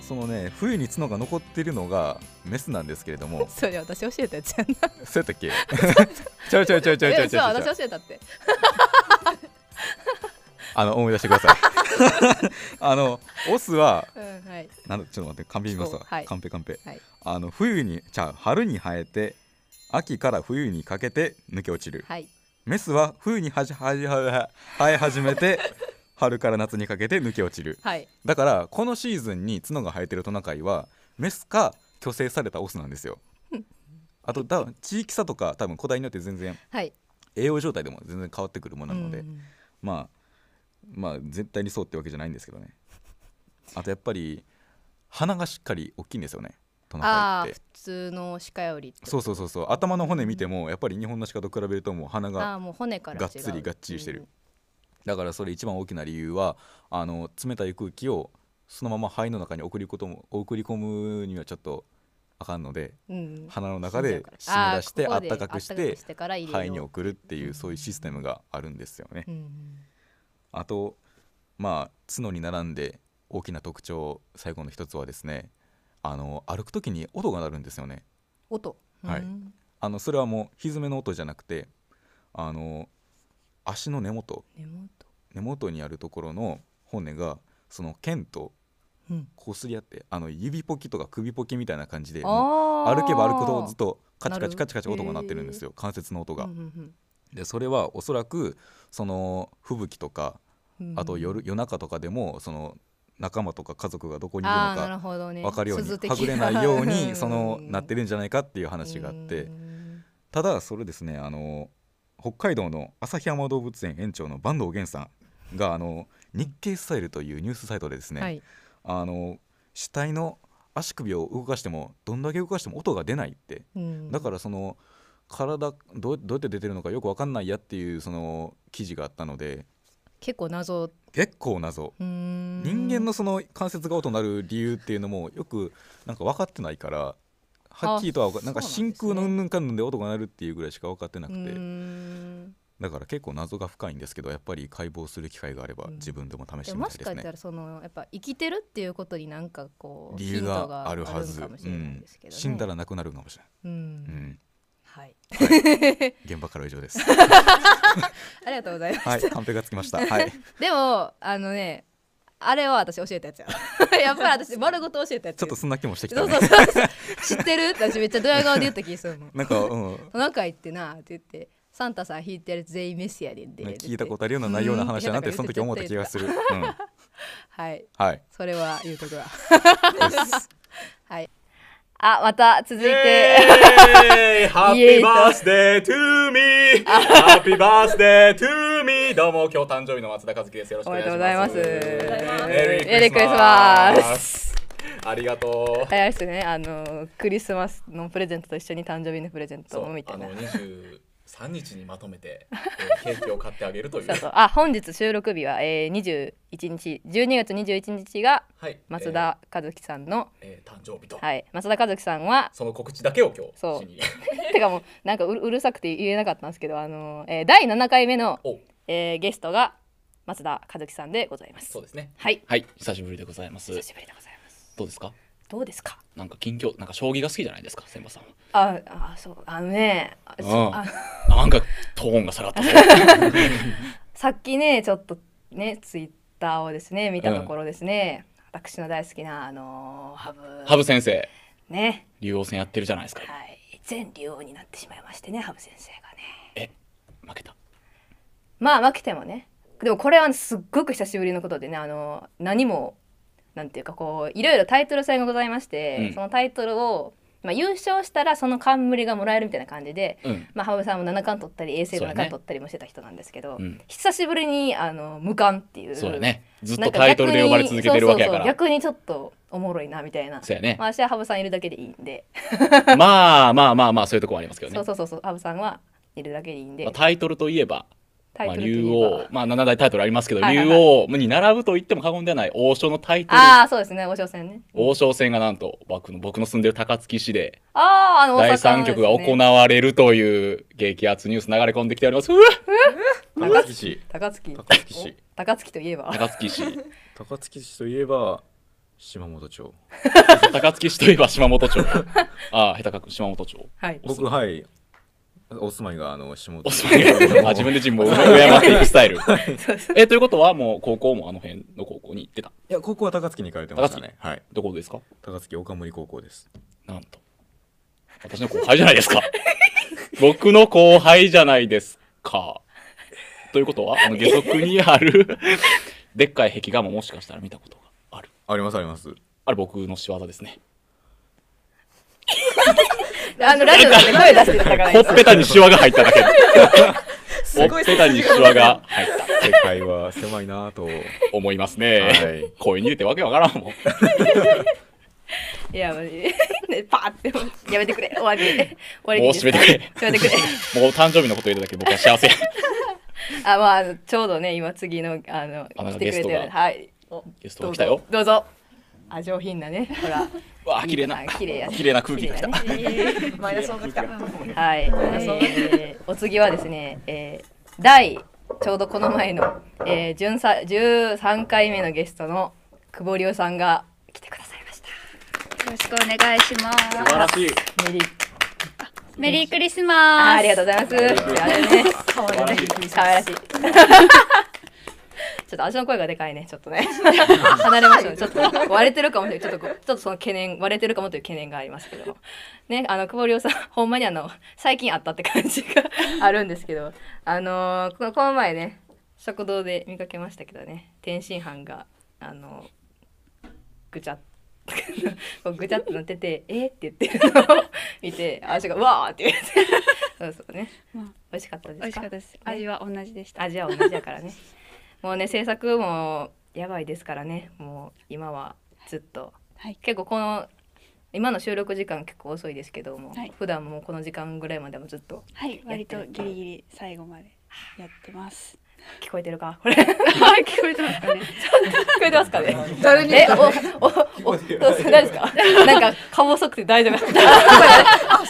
そのね冬に角が残ってるのがメスなんですけれ ども
それ私教えたやつやな
そうやったっ け ちょいちょいちょいちょいちょいちょいち
そう
ょい
私教えたって
あの思い出してく ださいあのオスは
うんはい
なんだちょっと待ってカンペ見ますわ、
そうはい
カンペカンペ、
はい
あの冬にじゃあ春に生えて秋から冬にかけて抜け落ちる
はい
メスは冬にはじはじはは生え始めて春から夏にかけて抜け落ちる
はい
だからこのシーズンに角が生えてるトナカイはメスか虚勢されたオスなんですよあと多分地域差とか多分個体によって全然
はい
栄養状態でも全然変わってくるものなので、
うん
まあまあ絶対にそうってわけじゃないんですけどねあとやっぱり鼻がしっかり大きいんですよねトナ
あ
カイ
あ
って
普通の鹿よりって
そうそうそうそう頭の骨見てもやっぱり日本の鹿と比べるともう鼻が
ああもう骨から
がっつりがっちりしてる、だからそれ一番大きな理由はあの冷たい空気をそのまま肺の中に送りことも送り込むにはちょっとあかんので
うんうん
鼻の中で
死んじゃうから
締め出して
あ
あ
ー
ったかくし
ここであった
て
かから入れよう
肺に送るっていうそういうシステムがあるんですよね
う。ん
あとまあ角に並んで大きな特徴最後の一つはですねあの歩く時に音が鳴るんですよね。
音
はい
うん
あのそれはもう蹄の音じゃなくてあの足の根元
根元
根元にあるところの骨がその剣と
うん
こすり合って、あの指ポキとか首ポキみたいな感じでもう
あー
歩けば歩くほどずっとカチ
な
カ
る
チカチカチ音が鳴ってるんですよ関節の音が。
うんうん
でそれはおそらくその吹雪とか
うん
あと夜夜中とかでもその仲間とか家族がどこにいるの
ああーなる
か
ほどね
分かるように
鈴的
はぐれないようにその
うん
鳴ってるんじゃないかっていう話があって。
うん
ただそれですねあの北海道の旭山動物園園長の坂東源さんがあの日経スタイルというニュースサイトでですね、
はい
あの死体の足首を動かしてもどんだけ動かしても音が出ないって
うん
だからその体どうどうやって出てるのかよく分かんないやっていうその記事があったので
結構謎
結構謎人
人
間のその関節が音鳴る理由っていうのもよくなんか分かってないからはっきりとは分か
あ
なんか
そうなん
真
ですね
空のうんぬんかんぬんで音が鳴るっていうぐらいしか分かってなくて。
で
だから結構謎が深いんですけどやっぱり解剖する機会があれば
うん
自分でも試して
もも
みたい
し
で
か
す
した
ね。
らそのやっぱ生きてるっていうことになんかこう
理由
ヒント
があるはず、
かもしれないですけどね
死んだらなくなるかもしれ
う
ない、うんん
はい
現場からは以上です
ありがとうございます
はいカンペがつきましたはい
でもあのねあれは私教えたやつ ややっぱり私丸ごと教えたやつ
ちょっとそんな気もしてき
そうそ
た
う
ね
そうそう知ってるって私めっちゃドヤ顔で言った気するもん
なんかうん
トナカイってなって言ってサンタさん弾いてるやつ全員メスやでんで
ね聞いたことあるような内容の話だなってその時思った気がする、うん、
はい
はい
それは言うとくわ
です
あまた続いて
えーイハッ
イエー
ピ
イ
ーバースデートゥーミーハッピーバースデートゥーミーどうも今日誕生日の松田和樹ですよろしく
お
お
め
願いし
でとう
ます
ございます。
メ
エ
リ
リ
ー
ー
ク
ク
リ
リ
ス
ス
マ
マ
ス
ス。
ありがと
あれですね、あのクリスマスのプレゼントと一緒に誕生日のプレゼン
うそ
ト
う
もみたいな
あ。の23
3日にまとめ て、えー、ケーキを買ってあげるという
そうそうあ本日収録日は、えー、21日12月21日が
はい、
松田和樹さんの、
えーえー誕生日と、
はい松田和樹さんは
その告知だけを今
そ
日
う
しに
てかもうなんかうるうるさくて言えなかったんですけどあのーえー第7回目の
お、
えーゲストが松田和樹さんでございます
そうですね
はい
はい、久しぶりでございます。
久しぶりでございます
どうですか
どうですか
なんか近況、なんか将棋が好きじゃないですか、千葉さんは。
ああそうあのねあ
うん
そうあ
なんかトーンが下がったぞ。
さっきねちょっとねツイッターをですね見たところですね、私の大好きなあのーハブ
羽生先生、
ね
竜王戦やってるじゃないですか。
はい全竜王になってしまいましてね羽生先生がね
負けた。
まあ負けてもねでもこれはすっごく久しぶりのことでねあの何もなんていうかこういろいろタイトル戦がございまして、
うん
そのタイトルを、まあ、優勝したらその冠がもらえるみたいな感じで、
うん。
まあ、羽生さんも七冠取ったり永世
そう
の
やね
七冠取ったりもしてた人なんですけど、
うん。
久しぶりにあの無冠っていう
そうやね。ずっ
な
と
んか
タイトルで呼ばれ続けてるわけやか
逆
ら。
にそうそうそう逆にちょっとおもろいなみたいな、
そうやね
ま。あ、私は羽生さんいるだけでいいんで、
まあまあまあまあ、そういうとこはありますけど
そう
ね。
そうそうそう羽生さんはいるだけでいいんで、
まあタイトルといえば、
タ
まあ、
イトルといえ
竜
ば
王、まあ、7大タイトルありますけど、
はいはい
竜
はい
王に並ぶと言っても過言ではない王将のタイトル、
ああそうですね王将戦ね
王将戦がなんと僕の僕の住んでる高槻市で、
ああ、あの、
第3局が行われるという激アツニュース流れ込んできております。うわ
高槻市
高槻。
高槻市
高槻といえば。
高槻市。
高槻市といえば島本町
高槻市といえば 島本町。ああ、下手かく 島本町。
はい。
お
僕はいお住まいがあの下本
お
町
住まいが あ自分で自分を敬っていくスタイル。え、ということはもう高校もあの辺の高校に行ってた。
いや高校は高槻に通ってましたねはい
どこですか
高槻岡森高校です
なんと。私の後輩じゃないですか。 僕の後輩じゃないですか。ということは、あの下足にある でっかい壁画ももしかしたら見たことがある。
ありますあります
あれ僕の仕業ですね。
あの、ラジオなんで声出してたから、
ほっぺたにシワが入っただけ。ほっぺたにシワが入った。
世界は狭いなぁと
思います
は
ね。
い
声に出てわけわからんもん。
いや、マジでね、パーって、やめてくれ。終わりで。終わりでいいです
もう閉めて
か。閉めてくれ。
もう誕生日のこと言うだけで 僕 は幸せ。
あ、まああの、ちょうどね、今次の、あの、
あな
来
んか
て
ゲ
く
ス
れ
ト
て
が
る。はい。お
ゲスト
ど
が
う
来たよ
ぞ。。どうぞ。あ、上品なね。ほら。
わあ、綺麗な
あ。綺麗やね
綺麗な空気が来た。
綺麗やね
マイナス音が来た。
はい、えーお次はですね、えー第ちょうどこの前の、えー、13, 13回目のゲストの久保龍さんが来てくださいました
よろしくお願いします。
素晴らしい。
メリー
メリークリス
あー
マス。
ありがとうございますあれね
可愛らしい。
可愛らしいちょっと足の声がでかいねちょっとね離れましょうねちょっと割れてるかもしれないちょっとこうちょっとその懸念割れてるかもという懸念がありますけどもねあの久保亮さんほんまにあの最近あったって感じがあるんですけどあのーこのこの前ね食堂で見かけましたけどね天津飯があのぐちゃっ こうぐちゃっとなってて「えっ?」って言ってるのを見て私が「うわー!」って言ってそうそうね
まあ
美味しかったです
美味しかったです。味は同じでした。
味は同じだからねもうね制作もやばいですからねもう今はずっと、
はい
結構この今の収録時間結構遅いですけども、
はい
普段もうこの時間ぐらいまでもずっと
はい、割
や
と
ってる
ギリギリ最後までやってます。
聞こえてる かこれ聞こ
聞こえてますか ね。
えてます かね誰にえお おおどうす大丈夫ですかなんか顔細くて大 丈夫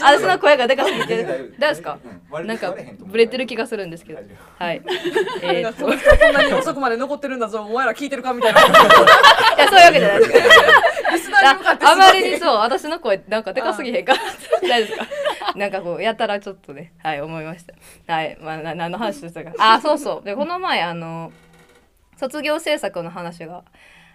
あその声がでかすぎて大丈夫ですかなんかブレてる気がするんですけどはいえーっと
この人こんなに遅くまで残ってるんだぞ、お前ら聞いてるかみたいな。
いやそういうわけじゃないです
リスナーに向かってすごい
ああまりにそう私の声なんかでかすぎへんか大丈夫です かなんかこうやたらちょっとねはい思いましたはいまあな何の話でしたかあそうそうでこの前あの卒業制作の話が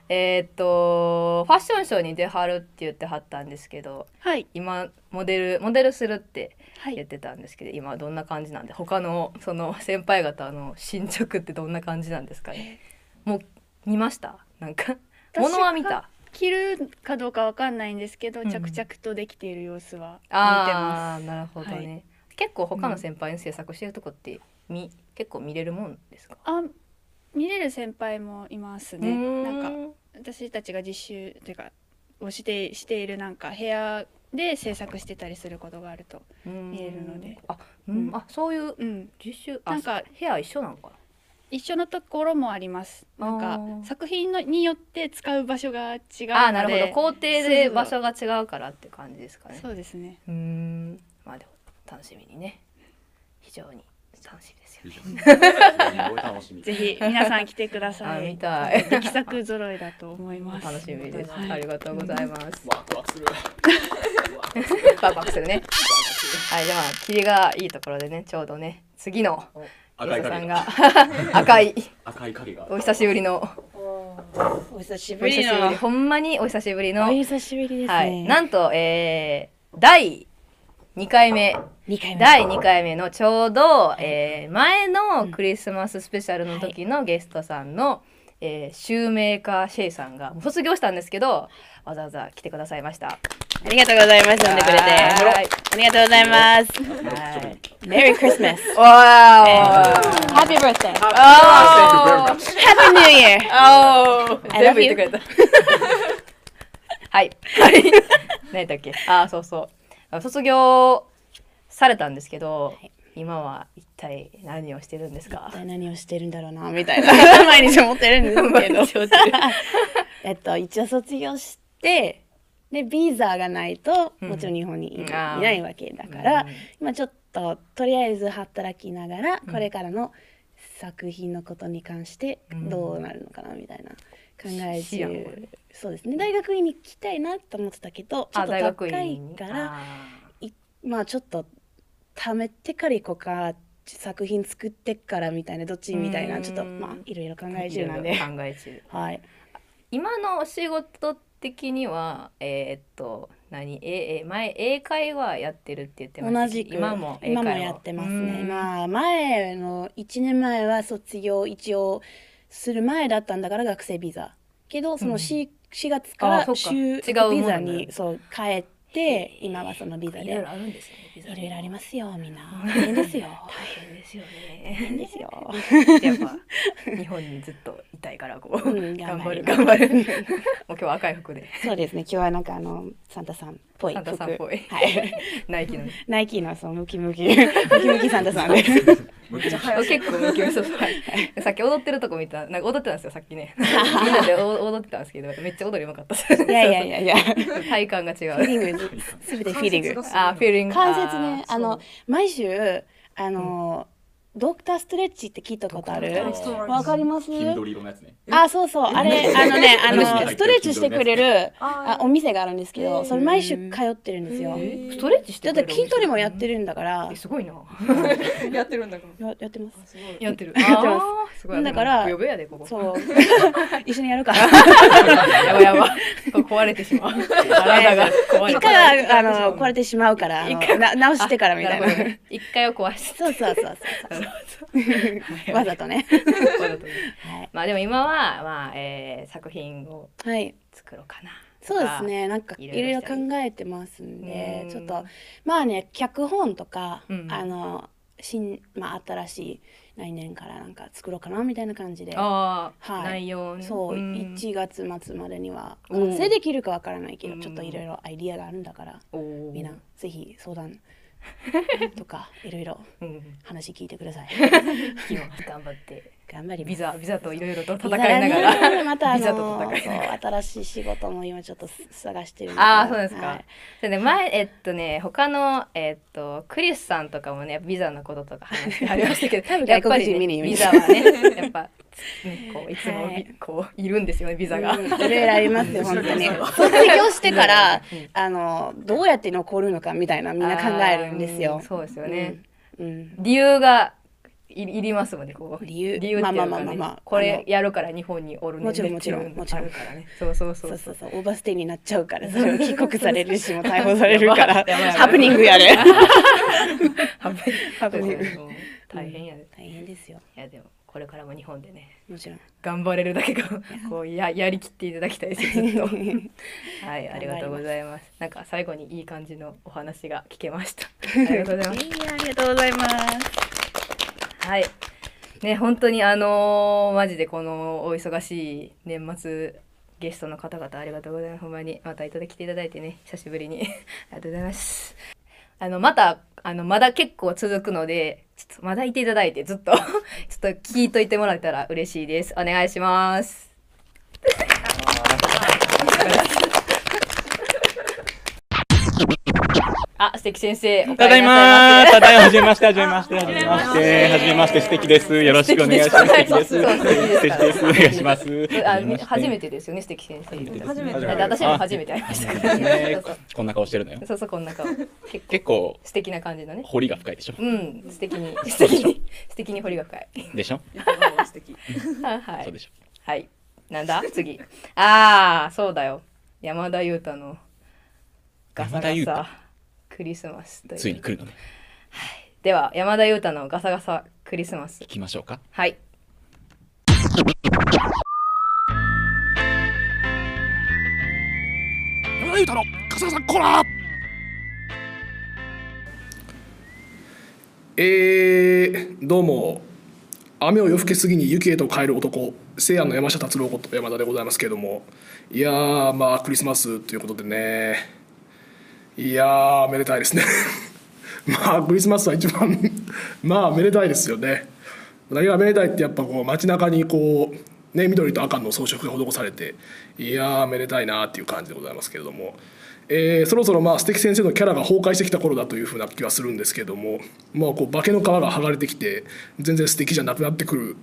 えーっとファッションショーに出はるって言ってはったんですけど
はい、
今モデルモデルするって
は
言っ
い。
てたんですけど今どんな感じなんで他のその先輩方の進捗ってどんな感じなんですかねもう見ましたなんか
私
物は見た
着るかどうかわかんないんですけど、
んうん
着々とできている様子は見てます。
ああーなるほどね、
は
結構他の先輩の制作してるとこってみ、結構見れるもんですか
あ、見れる先輩もいますね。なんか
か
私たちが実習というかをしてしているなんか部屋で制作してたりすることがあると見えるので
あ、うんあそういう、実習
なんか
部屋一緒なのかな
一緒のところもありますなん
あ
か作品のによって使う場所が違うので
あーなるほど工程で場
そう
所が違うからって感じですかね
そうですね
うんまあでも楽しみにね非常に楽しみですよね
すごい楽し みぜひ皆さん来てくださ い
あ見たい
力作揃いだと思います
楽しみです、
はい
ありがとうございます
ワクワク する
ワクワクするねはいじゃあ霧がいいところでねちょうどね次の
赤い
ゆうささんが 赤
赤
い
い赤い影が
お久しぶりの
お久し
お
ぶ
久
り
し
の
ぶりほんまにお久しぶりの
お久しぶりですね
はい、なんと、えー、第2回目第2回目のちょうど、えー前のクリスマススペシャルの時のゲストさんの、えーシューメーカーシェイさんがもう卒業したんですけどわざわざ来てくださいました
ありがとうございます呼んでくれて
はい
ありがとうござ います
はい
メリークリスマス
わ
ハッピーバースデー
Oh.
Happy New Year!
Oh.
I love
全部言ってくれ
you.
た。はい。はい。 何だっけああ、そうそう。卒業されたんですけど、今は一体何をしてるんですか
一体何をしてるんだろう な みたいな 毎日思ってるんですけど えっと一応卒業してでビザがないともちろん日本にい,、
うんあー
ないわけだから、今ちょっととりあえず働きながら、これからの作品のことに関してどうなるのかなみたいな考え
知らんこ
中そうですね大学院に行きたいなと思ってたけどちょ
あ
っと
大学院
高いからいまあちょっと貯めてから行こうか作品作ってからみたいなどっちみたいうなんちょっとまあいろいろ考え中なんで
いろいろ考え中
はい
今のお仕事的には、えーっと、何え、え、前、英会話やってるって言ってましたけ
同
ど
じく
今も英
今も
会話
やってま
う
す
ん
ねまあ前の1年前は卒業一応する前だったんだから学生ビザけどその 4, 4月か
あ
ら
そっか
就
違うもん
ビ
な
ザ
んだ
にそう変えて今はそのビザで
いろいろあるんですねビザ
いろいろありますよ みんな大変ですよ
大変ですよね。
大変ですよ
やっぱ日本にずっといたいからこう、
うん
頑
頑
張
張
る
る
頑張る。 もう今日は赤い服で。
そうですね今日はなんかあのサンタさんっぽい
サンタさんっぽい
服はい
ナイキのね
ナイキのそのムキムキムキムキサン タさんで
めっちゃ早い結構ムキムキそうそうはいさっき踊ってるとこ見たなんか踊ってたんですよさっき ねみんなでお踊ってたんですけどめっちゃ踊りうまかったい
やいやいやいや
体感が違う
フィーリングすべてフィーリング
あフィーリング
関節ね
あー
あの毎週あの、ドクターストレッチって聞いたことある
ドクターストレッチ
わかります
黄緑色のやつね
あそうそうあれ
え
あのねあ
何ですか
のストレッチしてくれる
あ
あお店があるんですけ
へ
ど
ー
それ毎週通ってるんですよ
ストレッチしてく
だ
れ
っ
る
て筋トレもやってるんだから
すごいな
やってるんだからややってます
やってる
やってま
あー
す
すごい
だか
も
ら
うぶよぶよやでここ
そう一緒にやるか
やばやばここ壊れてしまう体が壊れて
一回はあの壊れてしまうからあのな直してからみたい
な
な
るほどね一回を壊して
そうそうそうそう わざ とね
わざとねまあでも今は、まあえー作品を
はい
作ろうかな
そうですねなんか
い
い
ろい
ろ
ろ
い
し
ろ
た
考えてますん
う
で
ん
ちょっとまあね脚本とか、
うん
あの新まあ新しい来年からなんか作ろうかなみたいな感じで
あー
はい、
内容ね
そう、
うん
1月末までには
おー
完成できるかわからないけど、
うん
ちょっといろいろアイディアがあるんだから、みんなぜひ 相談とかいろいろ話聞いてく ださい。
今日頑張って
頑張ります
ビザビザといろいろと戦いながら
ビザねまたあ
ビザと
の
戦いながら
そう新しい仕事も今ちょっと探してるん
ああそうですか、
はい
それで前えっとね他のえっとクリスさんとかもねビザのこととか話してありましたけど
多分
やっぱり
外国人見
ね
に
ビザはねやっぱ、ね、こういつも、こういるんですよねビザが、
うんいろいろありますよ本当 に
うん
卒業してからあのどうやって残るのかみたいなみんな考えるんですよ
あーうんそうですよね、
うん
理由がいいりますもんねこう
理由
理由っていうか、ね
まあまあまあまあまあ
こ
あ
れ
の
やるから日本におるね
もちろん
ね
もちろ
ってい
ん
うの
もちろ
あ
ん
るからねそうそうそう
そうそうオーバーステイになっちゃうからそれを帰国されるしもう 逮捕されるか
や
ら
ばいやばいやばい
ハプニングやれ
ハ
ハ
プ
プ
ニ
ニ
ン
ン
グ
グ
大変やで、
大変ですよ
いやでもこれからも日本でね
もちろん
頑張れるだけがこうややりきっていただき たいですずっとはいありがとうございますなんか最後にいい感じのお話が聞けました ありがとうございます
ありがとうございます
はいね本当にあのーマジでこのお忙しい年末ゲストの方々ありがとうございますほんまにまたいただきていただいてね久しぶりに ありがとうございますあのまたあのまだ結構続くのでちょっとまだいていただいてずっと ちょっと聞いといてもらえたら嬉しいですお願いしますあ素敵先生お
た
帰
だ
り
い
な
ま
さいま
ー
せ
ただいまはじめましてはじめましてはじめましてはじめまして素敵ですよろしくお願いします素敵です素敵ですお願いします
あみ初めてですよね、素敵先生。初
めてです
だって私も初めて会いましたから。
ね
そう
こんな顔してるのよ
そうそうそうこんな顔。結
結構
素敵な感じのね。
彫りが深いでしょ
うん、素敵に素敵に素敵に彫りが深い。
でしょ
素敵。はい。
そうでしょ
はい。なんだ次。ああ、そうだよ。山田裕太のガサ
山田
ガ
裕
サクリスマスという
ついに来るのね
では山田裕太のガサガサクリスマス。
行きましょうか
はい。
山田裕太の笠原さんコラえー、どうも雨を夜更け過ぎに雪へと帰る男西安の山下達郎こと山田でございますけれどもいやーまあクリスマスということでねいやーめでたいですね まあクリスマスは一番まあめでたいですよね何がめでたいってやっぱこう街中にこうね緑と赤の装飾が施されていやーめでたいなーっていう感じでございますけれども、えーそろそろまあ素敵先生のキャラが崩壊してきた頃だというふうな気はするんですけれどもまあこう化けの皮が剥がれてきて全然素敵じゃなくなってくる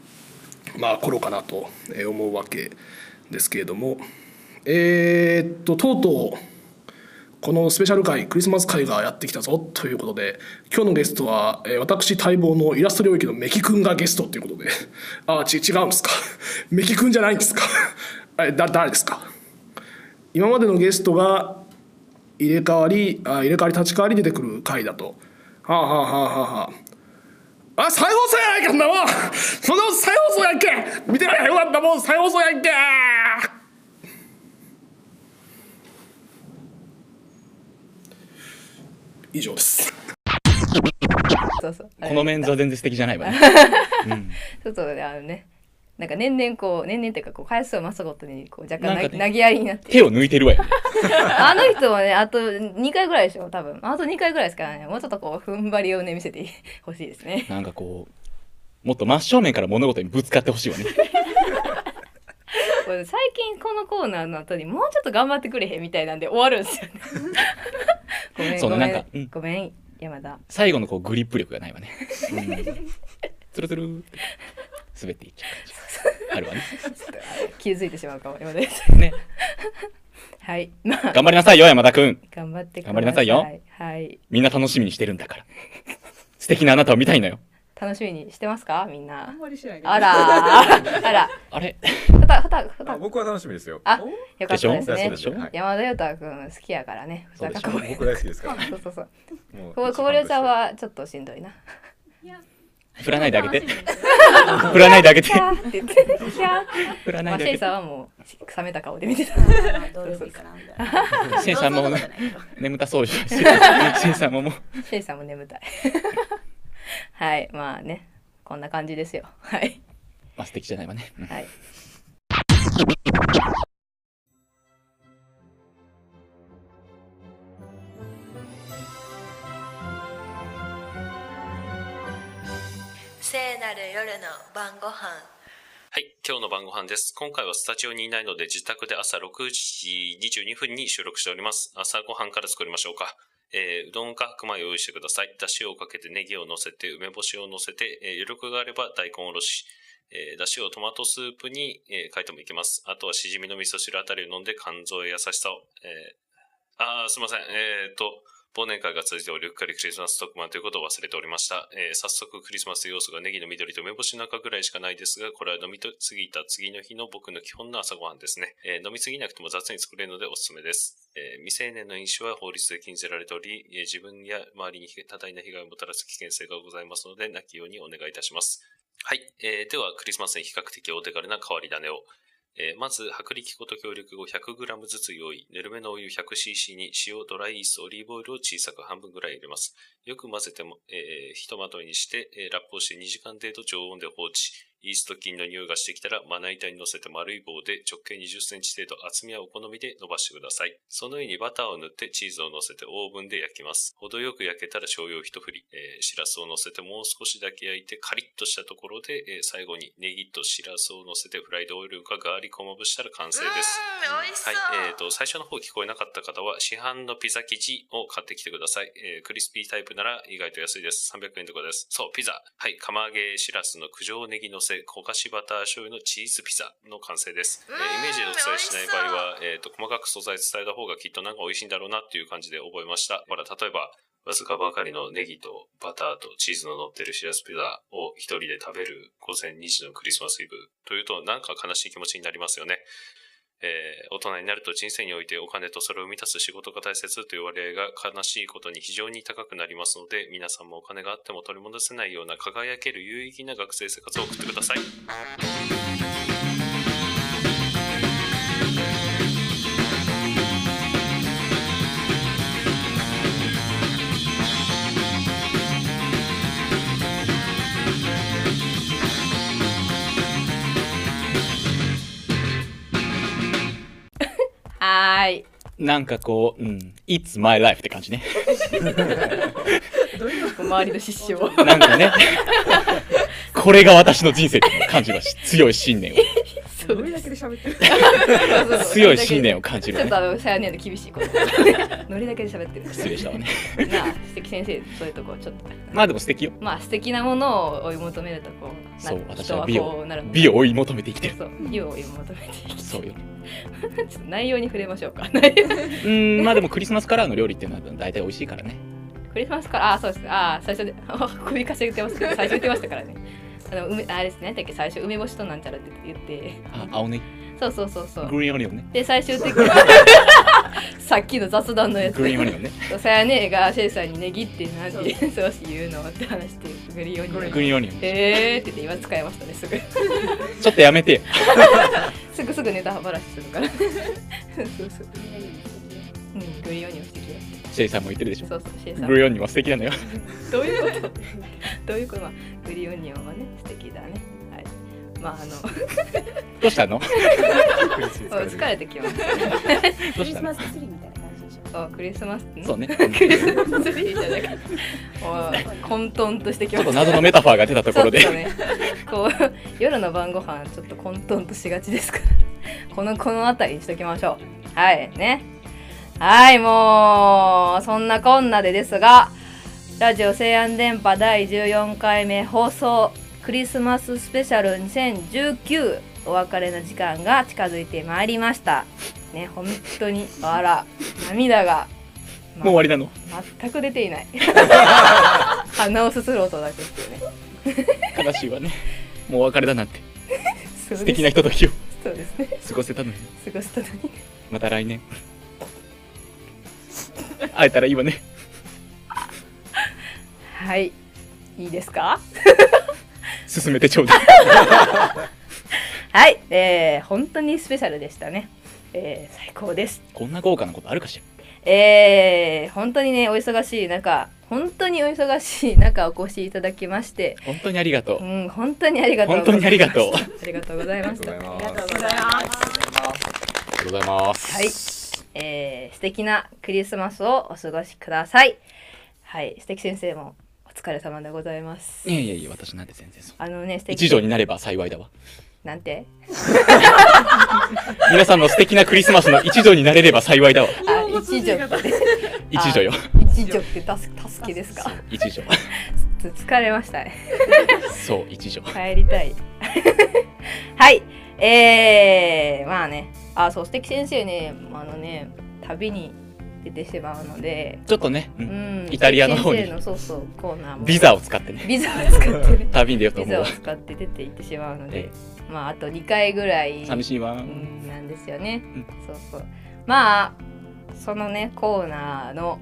まあ頃かなとえー思うわけですけれどもえーっととうとうこのスペシャル回クリスマス会がやってきたぞということで今日のゲストは、えー私待望のイラスト領域のメキ君がゲストということでああち違うんですか メキ君じゃないんですか あれだ誰ですか今までのゲストが入れ替わりあ入れ替わり立ち替わり出てくる回だとはあはあはあはあはああ再放送やないかそんなもんそんなもん再放送やんけ見てないよかったもん再放送やんけ以上です
そうそう。
このメンズは全然素敵じゃな いわね
ちょっとねあのねなんか年々こう年々っていうかこう回数を増すごとにこう若干な
なんかね
投げやりになって
手を抜いてるわよね
あの人はね、あと2回ぐらいでしょ、多分。あと2回ぐらいですからね、もうちょっとこう、踏ん張りをね、見せてほしいです ね。
なんかこうもっと真正面から物事にぶつかってほしいわね
これ最近このコーナーの後にもうちょっと頑張ってくれへんみたいなんで終わるんですよね。ごめん、
そ
ごめ
うね
ん
なんかうん
ごめん、山田。
最後のこうグリップ力がないわねつるつるって滑っていっちゃう感じあるわね
気づいてしまうかも、山田です。 はい。
頑張りなさいよ山田君
頑張ってください。
頑張りなさいよ
はい。
みんな楽しみにしてるんだから素敵なあなたを見たいのよ
楽しみにしてますかみんな。あん
まりしない
あ らー、あら。
あれ
ふた、ふた、ふた。
僕は楽しみですよ。
あ、よかったですね。
でしょそうでしょはい
山田裕太君好きやからね。
そうでしょ
二人
僕大好きですから
そうそうそう。
もう
ここぼれちゃんはちょっとしんどいな。
振らないであげて振らないであげて
キャーって言って。キャー
振らないで
まあシ
あげて
ェイさんはもう冷めた顔で見てた。どうでもいいかなみたい
シェイさんも眠たそうじゃんシェイさんももう
シェイさんも眠たい。はい、まあね、こんな感じですよ。はい。
まあ素敵じゃないわね
はい。
聖なる夜の晩ご飯
はい、今日の晩ご飯です。今回はスタジオにいないので、自宅で朝6時22分に収録しております。朝ご飯から作りましょうか。えーうどんか白米を用意してください。だしをかけてネギを乗せて、梅干しを乗せて、えー余力があれば大根おろし。えーだしをトマトスープに、えー、書いてもいけます。あとはしじみの味噌汁あたりを飲んで、肝臓や優しさを。えーあー、すいません。えー、と、忘年会が続いており、うっかりクリスマス特番ということを忘れておりました。えー早速クリスマス要素がネギの緑と梅干しの赤ぐらいしかないですが、これは飲み過ぎた次の日の僕の基本の朝ごはんですね。えー飲み過ぎなくても雑に作れるのでおすすめです。えー未成年の飲酒は法律で禁じられており、えー自分や周りに多大な被害をもたらす危険性がございますので、なきようにお願いいたします。はい。えーでは、クリスマスに比較的お手軽な変わり種を。えーまず、薄力粉と強力粉 100g ずつ用意。ぬるめのお湯 100cc に塩、ドライイースト、オリーブオイルを小さく半分ぐらい入れます。よく混ぜても、えーひとまとめにして、えーラップをして2時間程度常温で放置。イースト菌の匂いがしてきたら、まな板に乗せて丸い棒で直径20センチ程度、厚みはお好みで伸ばしてください。その上にバターを塗ってチーズを乗せてオーブンで焼きます。程よく焼けたら醤油を一振り、えー、しらすを乗せてもう少しだけ焼いてカリッとしたところで、えー最後にネギとしらすを乗せてフライドオイルかガーリックをまぶしたら完成です。
美味しそう
はい、えーと、最初の方聞こえなかった方は、市販のピザ生地を買ってきてください。えークリスピータイプなら意外と安いです。300円とかです。そう、ピザ。はい、釜揚げしらすの九条ネギ乗せ、焦がしバター醤油のチーズピザの完成です。えーイメージでお伝えしない場合は、えーと、細かく素材伝えた方がきっとなんか美味しいんだろうなっていう感じで覚えました。ほら、例えば、わずかばかりのネギとバターとチーズの乗ってるシラスピザを一人で食べる午前2時のクリスマスイブというとなんか悲しい気持ちになりますよね。えー大人になると人生においてお金とそれを満たす仕事が大切という割合が悲しいことに非常に高くなりますので、皆さんもお金があっても取り戻せないような輝ける有意義な学生生活を送ってください。
はーい
なんかこう、うん、It's my life って感じね。
どういうこ周りの失笑
なんかねこれが私の人生っていうのを感じます。強い信念を。
そうノリだけで喋ってる
強い信念を感じるね
ちょっとあのさやねんの厳し いことノリだけで喋ってる
失礼したわね。
なあ素敵先生そういうとこちょっと
まあでも素敵よ。
まあ素敵なものを追い求めるとこうな
そう、私
人
は
は
美
こ
を
うなる、の
美を追い求めて生きてる。
そう美を追い求めて生きて
そうよ。
るちょっと内容に触れましょうか内容
うん、まあでもクリスマスカラーの料理っていうのは大体美味しいからね。
クリスマスからあそうですあー最初であ首かしげてますけど最初言ってましたからねあの梅あれですねだっけ最初梅干しとなんちゃらって言って
あ、青ね。
そうそうそうそう
グリーンオニオンね。
で最終的にさっきの雑談のやつ
グリーンオニオンね。
そうさやねがシェイさんにネギって何てそうし言うのって話してグリーンオニオン
グリーンオニオン
えーって言って今使いましたねすぐ
ちょっとや めてよ。
すぐすぐネタばらしするからそうそううんグリーンオニオン素敵だ
シェイさんも言ってるでしょ。
そうそうシェイさん
グリーンオニオンは素敵なのよ。
どういうこと どういうことまあグリーンオニオンはね素敵だねはいまああの
どうし たの
そう疲れてきました
どうしたの
ツリーみたいな感じでしょあクリスマス
そうね
クリスマスツリーじゃなくてお混沌としてきました
ちょっと謎のメタファーが出たところで
ちょっね、こう夜の晩ご飯ちょっと混沌としがちですから このこの辺りにしときましょうはいねはいもうそんなこんなでですがラジオ西安電波第14回目放送クリスマススペシャル2019お別れの時間が近づいてまいりましたね本当にあら涙が
もう終わりなの。
全く出てい ない鼻をすする音だけですよね
悲しいわね。もうお別れだなんて。
そうです
素敵なひとときを
そうですね
過ごせたのに。
過ごしたのに
また来年。会えたらいいわね。
はいいいです か
進めてちょうだい。
はいえー、本当にスペシャルでしたねえー、最高です
こんな豪華なことあるかしら。
えー、本当にねお忙しい中本当にお忙しい中お越しいただきまして
本当にありがと
う
う。
ん本当にありがとう
本当にありがとう。
ありがとうございましたありがとうございます
ありがとうございます。
はい、えー、素敵なクリスマスをお過ごしくださいはい素敵先生もお疲れ様でございます
いやいやいや、私なんて全然そう。
あのね素敵
一条になれば幸いだわ。
なんて
皆さんの素敵なクリスマスの一条になれれば幸いだわ。
あ一女ってね
一条よ。
一女ってたす助けですか
一条。
ちょっと疲れましたね
そう、一条。
帰りたい はいえー、まあねあそう素敵先生ねあのね旅に出てしまうので
ちょっとね、う
うんん、
イタリアの
素
方
敵
に
先生のそうそうコーナーも
ビザを使ってね。
ビザを使ってね
旅に出ようと
ビ
思う
ザを
わ。
使って出て行ってしまうので
え、
まああと2回ぐらい
寂しいわ。
なんですよね、そうそうまあそのねコーナーの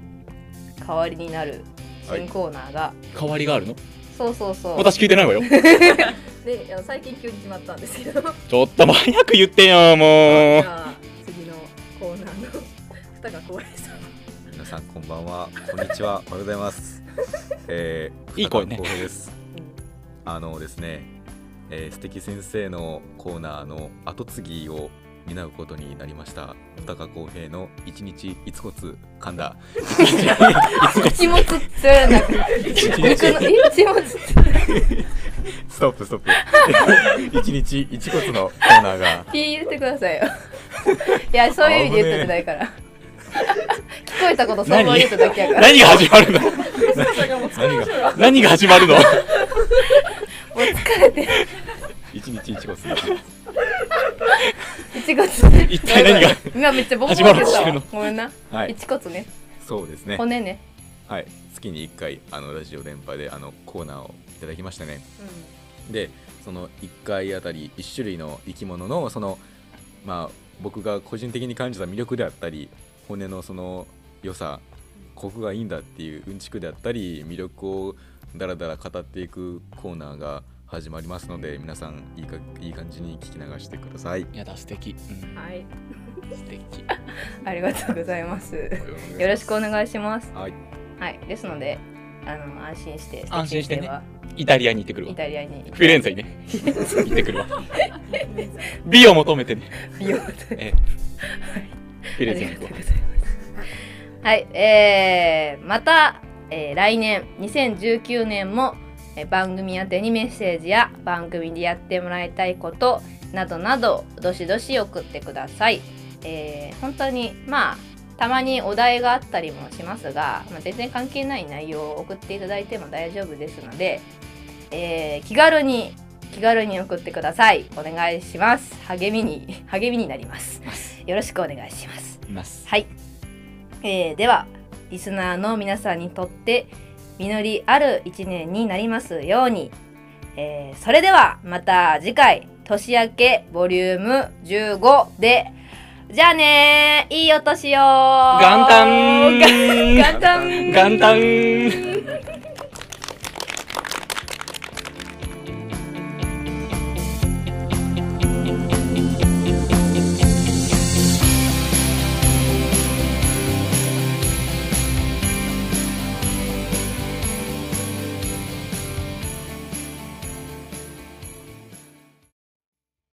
代わりになる新コーナーが、
変わりがあるの
そうそうそう
私聞いてないわよ
であの最近急に決まったんですけど
ちょっともう早く言ってよ、も
じ
う。
ゃあ次のコーナーの蓋が壊れそう
皆さんこんばんはこんにちはおはようございます、えー、
いい声ね
深田光平ですあのですね、えー素敵先生のコーナーの後継ぎを担うことになりました小高浩平の一日いつこつ噛んだ
一物ってなんか
一日
肉のえ一物って
ストップストップ 一日一骨のコーナーが
気入れてくださいよいやそういう意味で言ったんじゃないから聞こえたことそのまま言っただけやから
何が始 まるの何が始まるの
もう疲れて
一日一骨
一骨
一体何が
今めっちゃボコボコしてた
始まろうとしてる
わ
の
ごめんな、
はい
一骨ね
そうですね
骨ね
はい月に1回あのラジオ連覇であのコーナーをいただきましたね、でその1回あたり1種類の生き物のそのまあ僕が個人的に感じた魅力であったり骨のその良さここがいいんだっていううんちくであったり魅力をだらだら語っていくコーナーが始まりますので皆さんいいかいい感じに聞き流してください
やだ素敵、
はい
素敵
ありがとうございます
ます
よろしくお願いします
はい、
ですのであの安心して
安心してね
は
イタリアに行ってくるわ
イタリアに
フィレンツェにね行ってくるわ 美を求めてね
美を求
めてフィレンツェに行くわ
はい、えー、また、えー来年2019年も、えー番組宛てにメッセージや番組でやってもらいたいことなどなどどしどし送ってください。えー本当にまあたまにお題があったりもしますが、まあ、全然関係ない内容を送っていただいても大丈夫ですので、えー気軽に気軽に送ってください。お願いします。励みに励みになります。よろしくお願いします。
います
はい、えーではリスナーの皆さんにとって実りある一年になりますように、えーそれではまた次回年明けボリューム15でじゃあねーいいお年を
元旦
元旦
元旦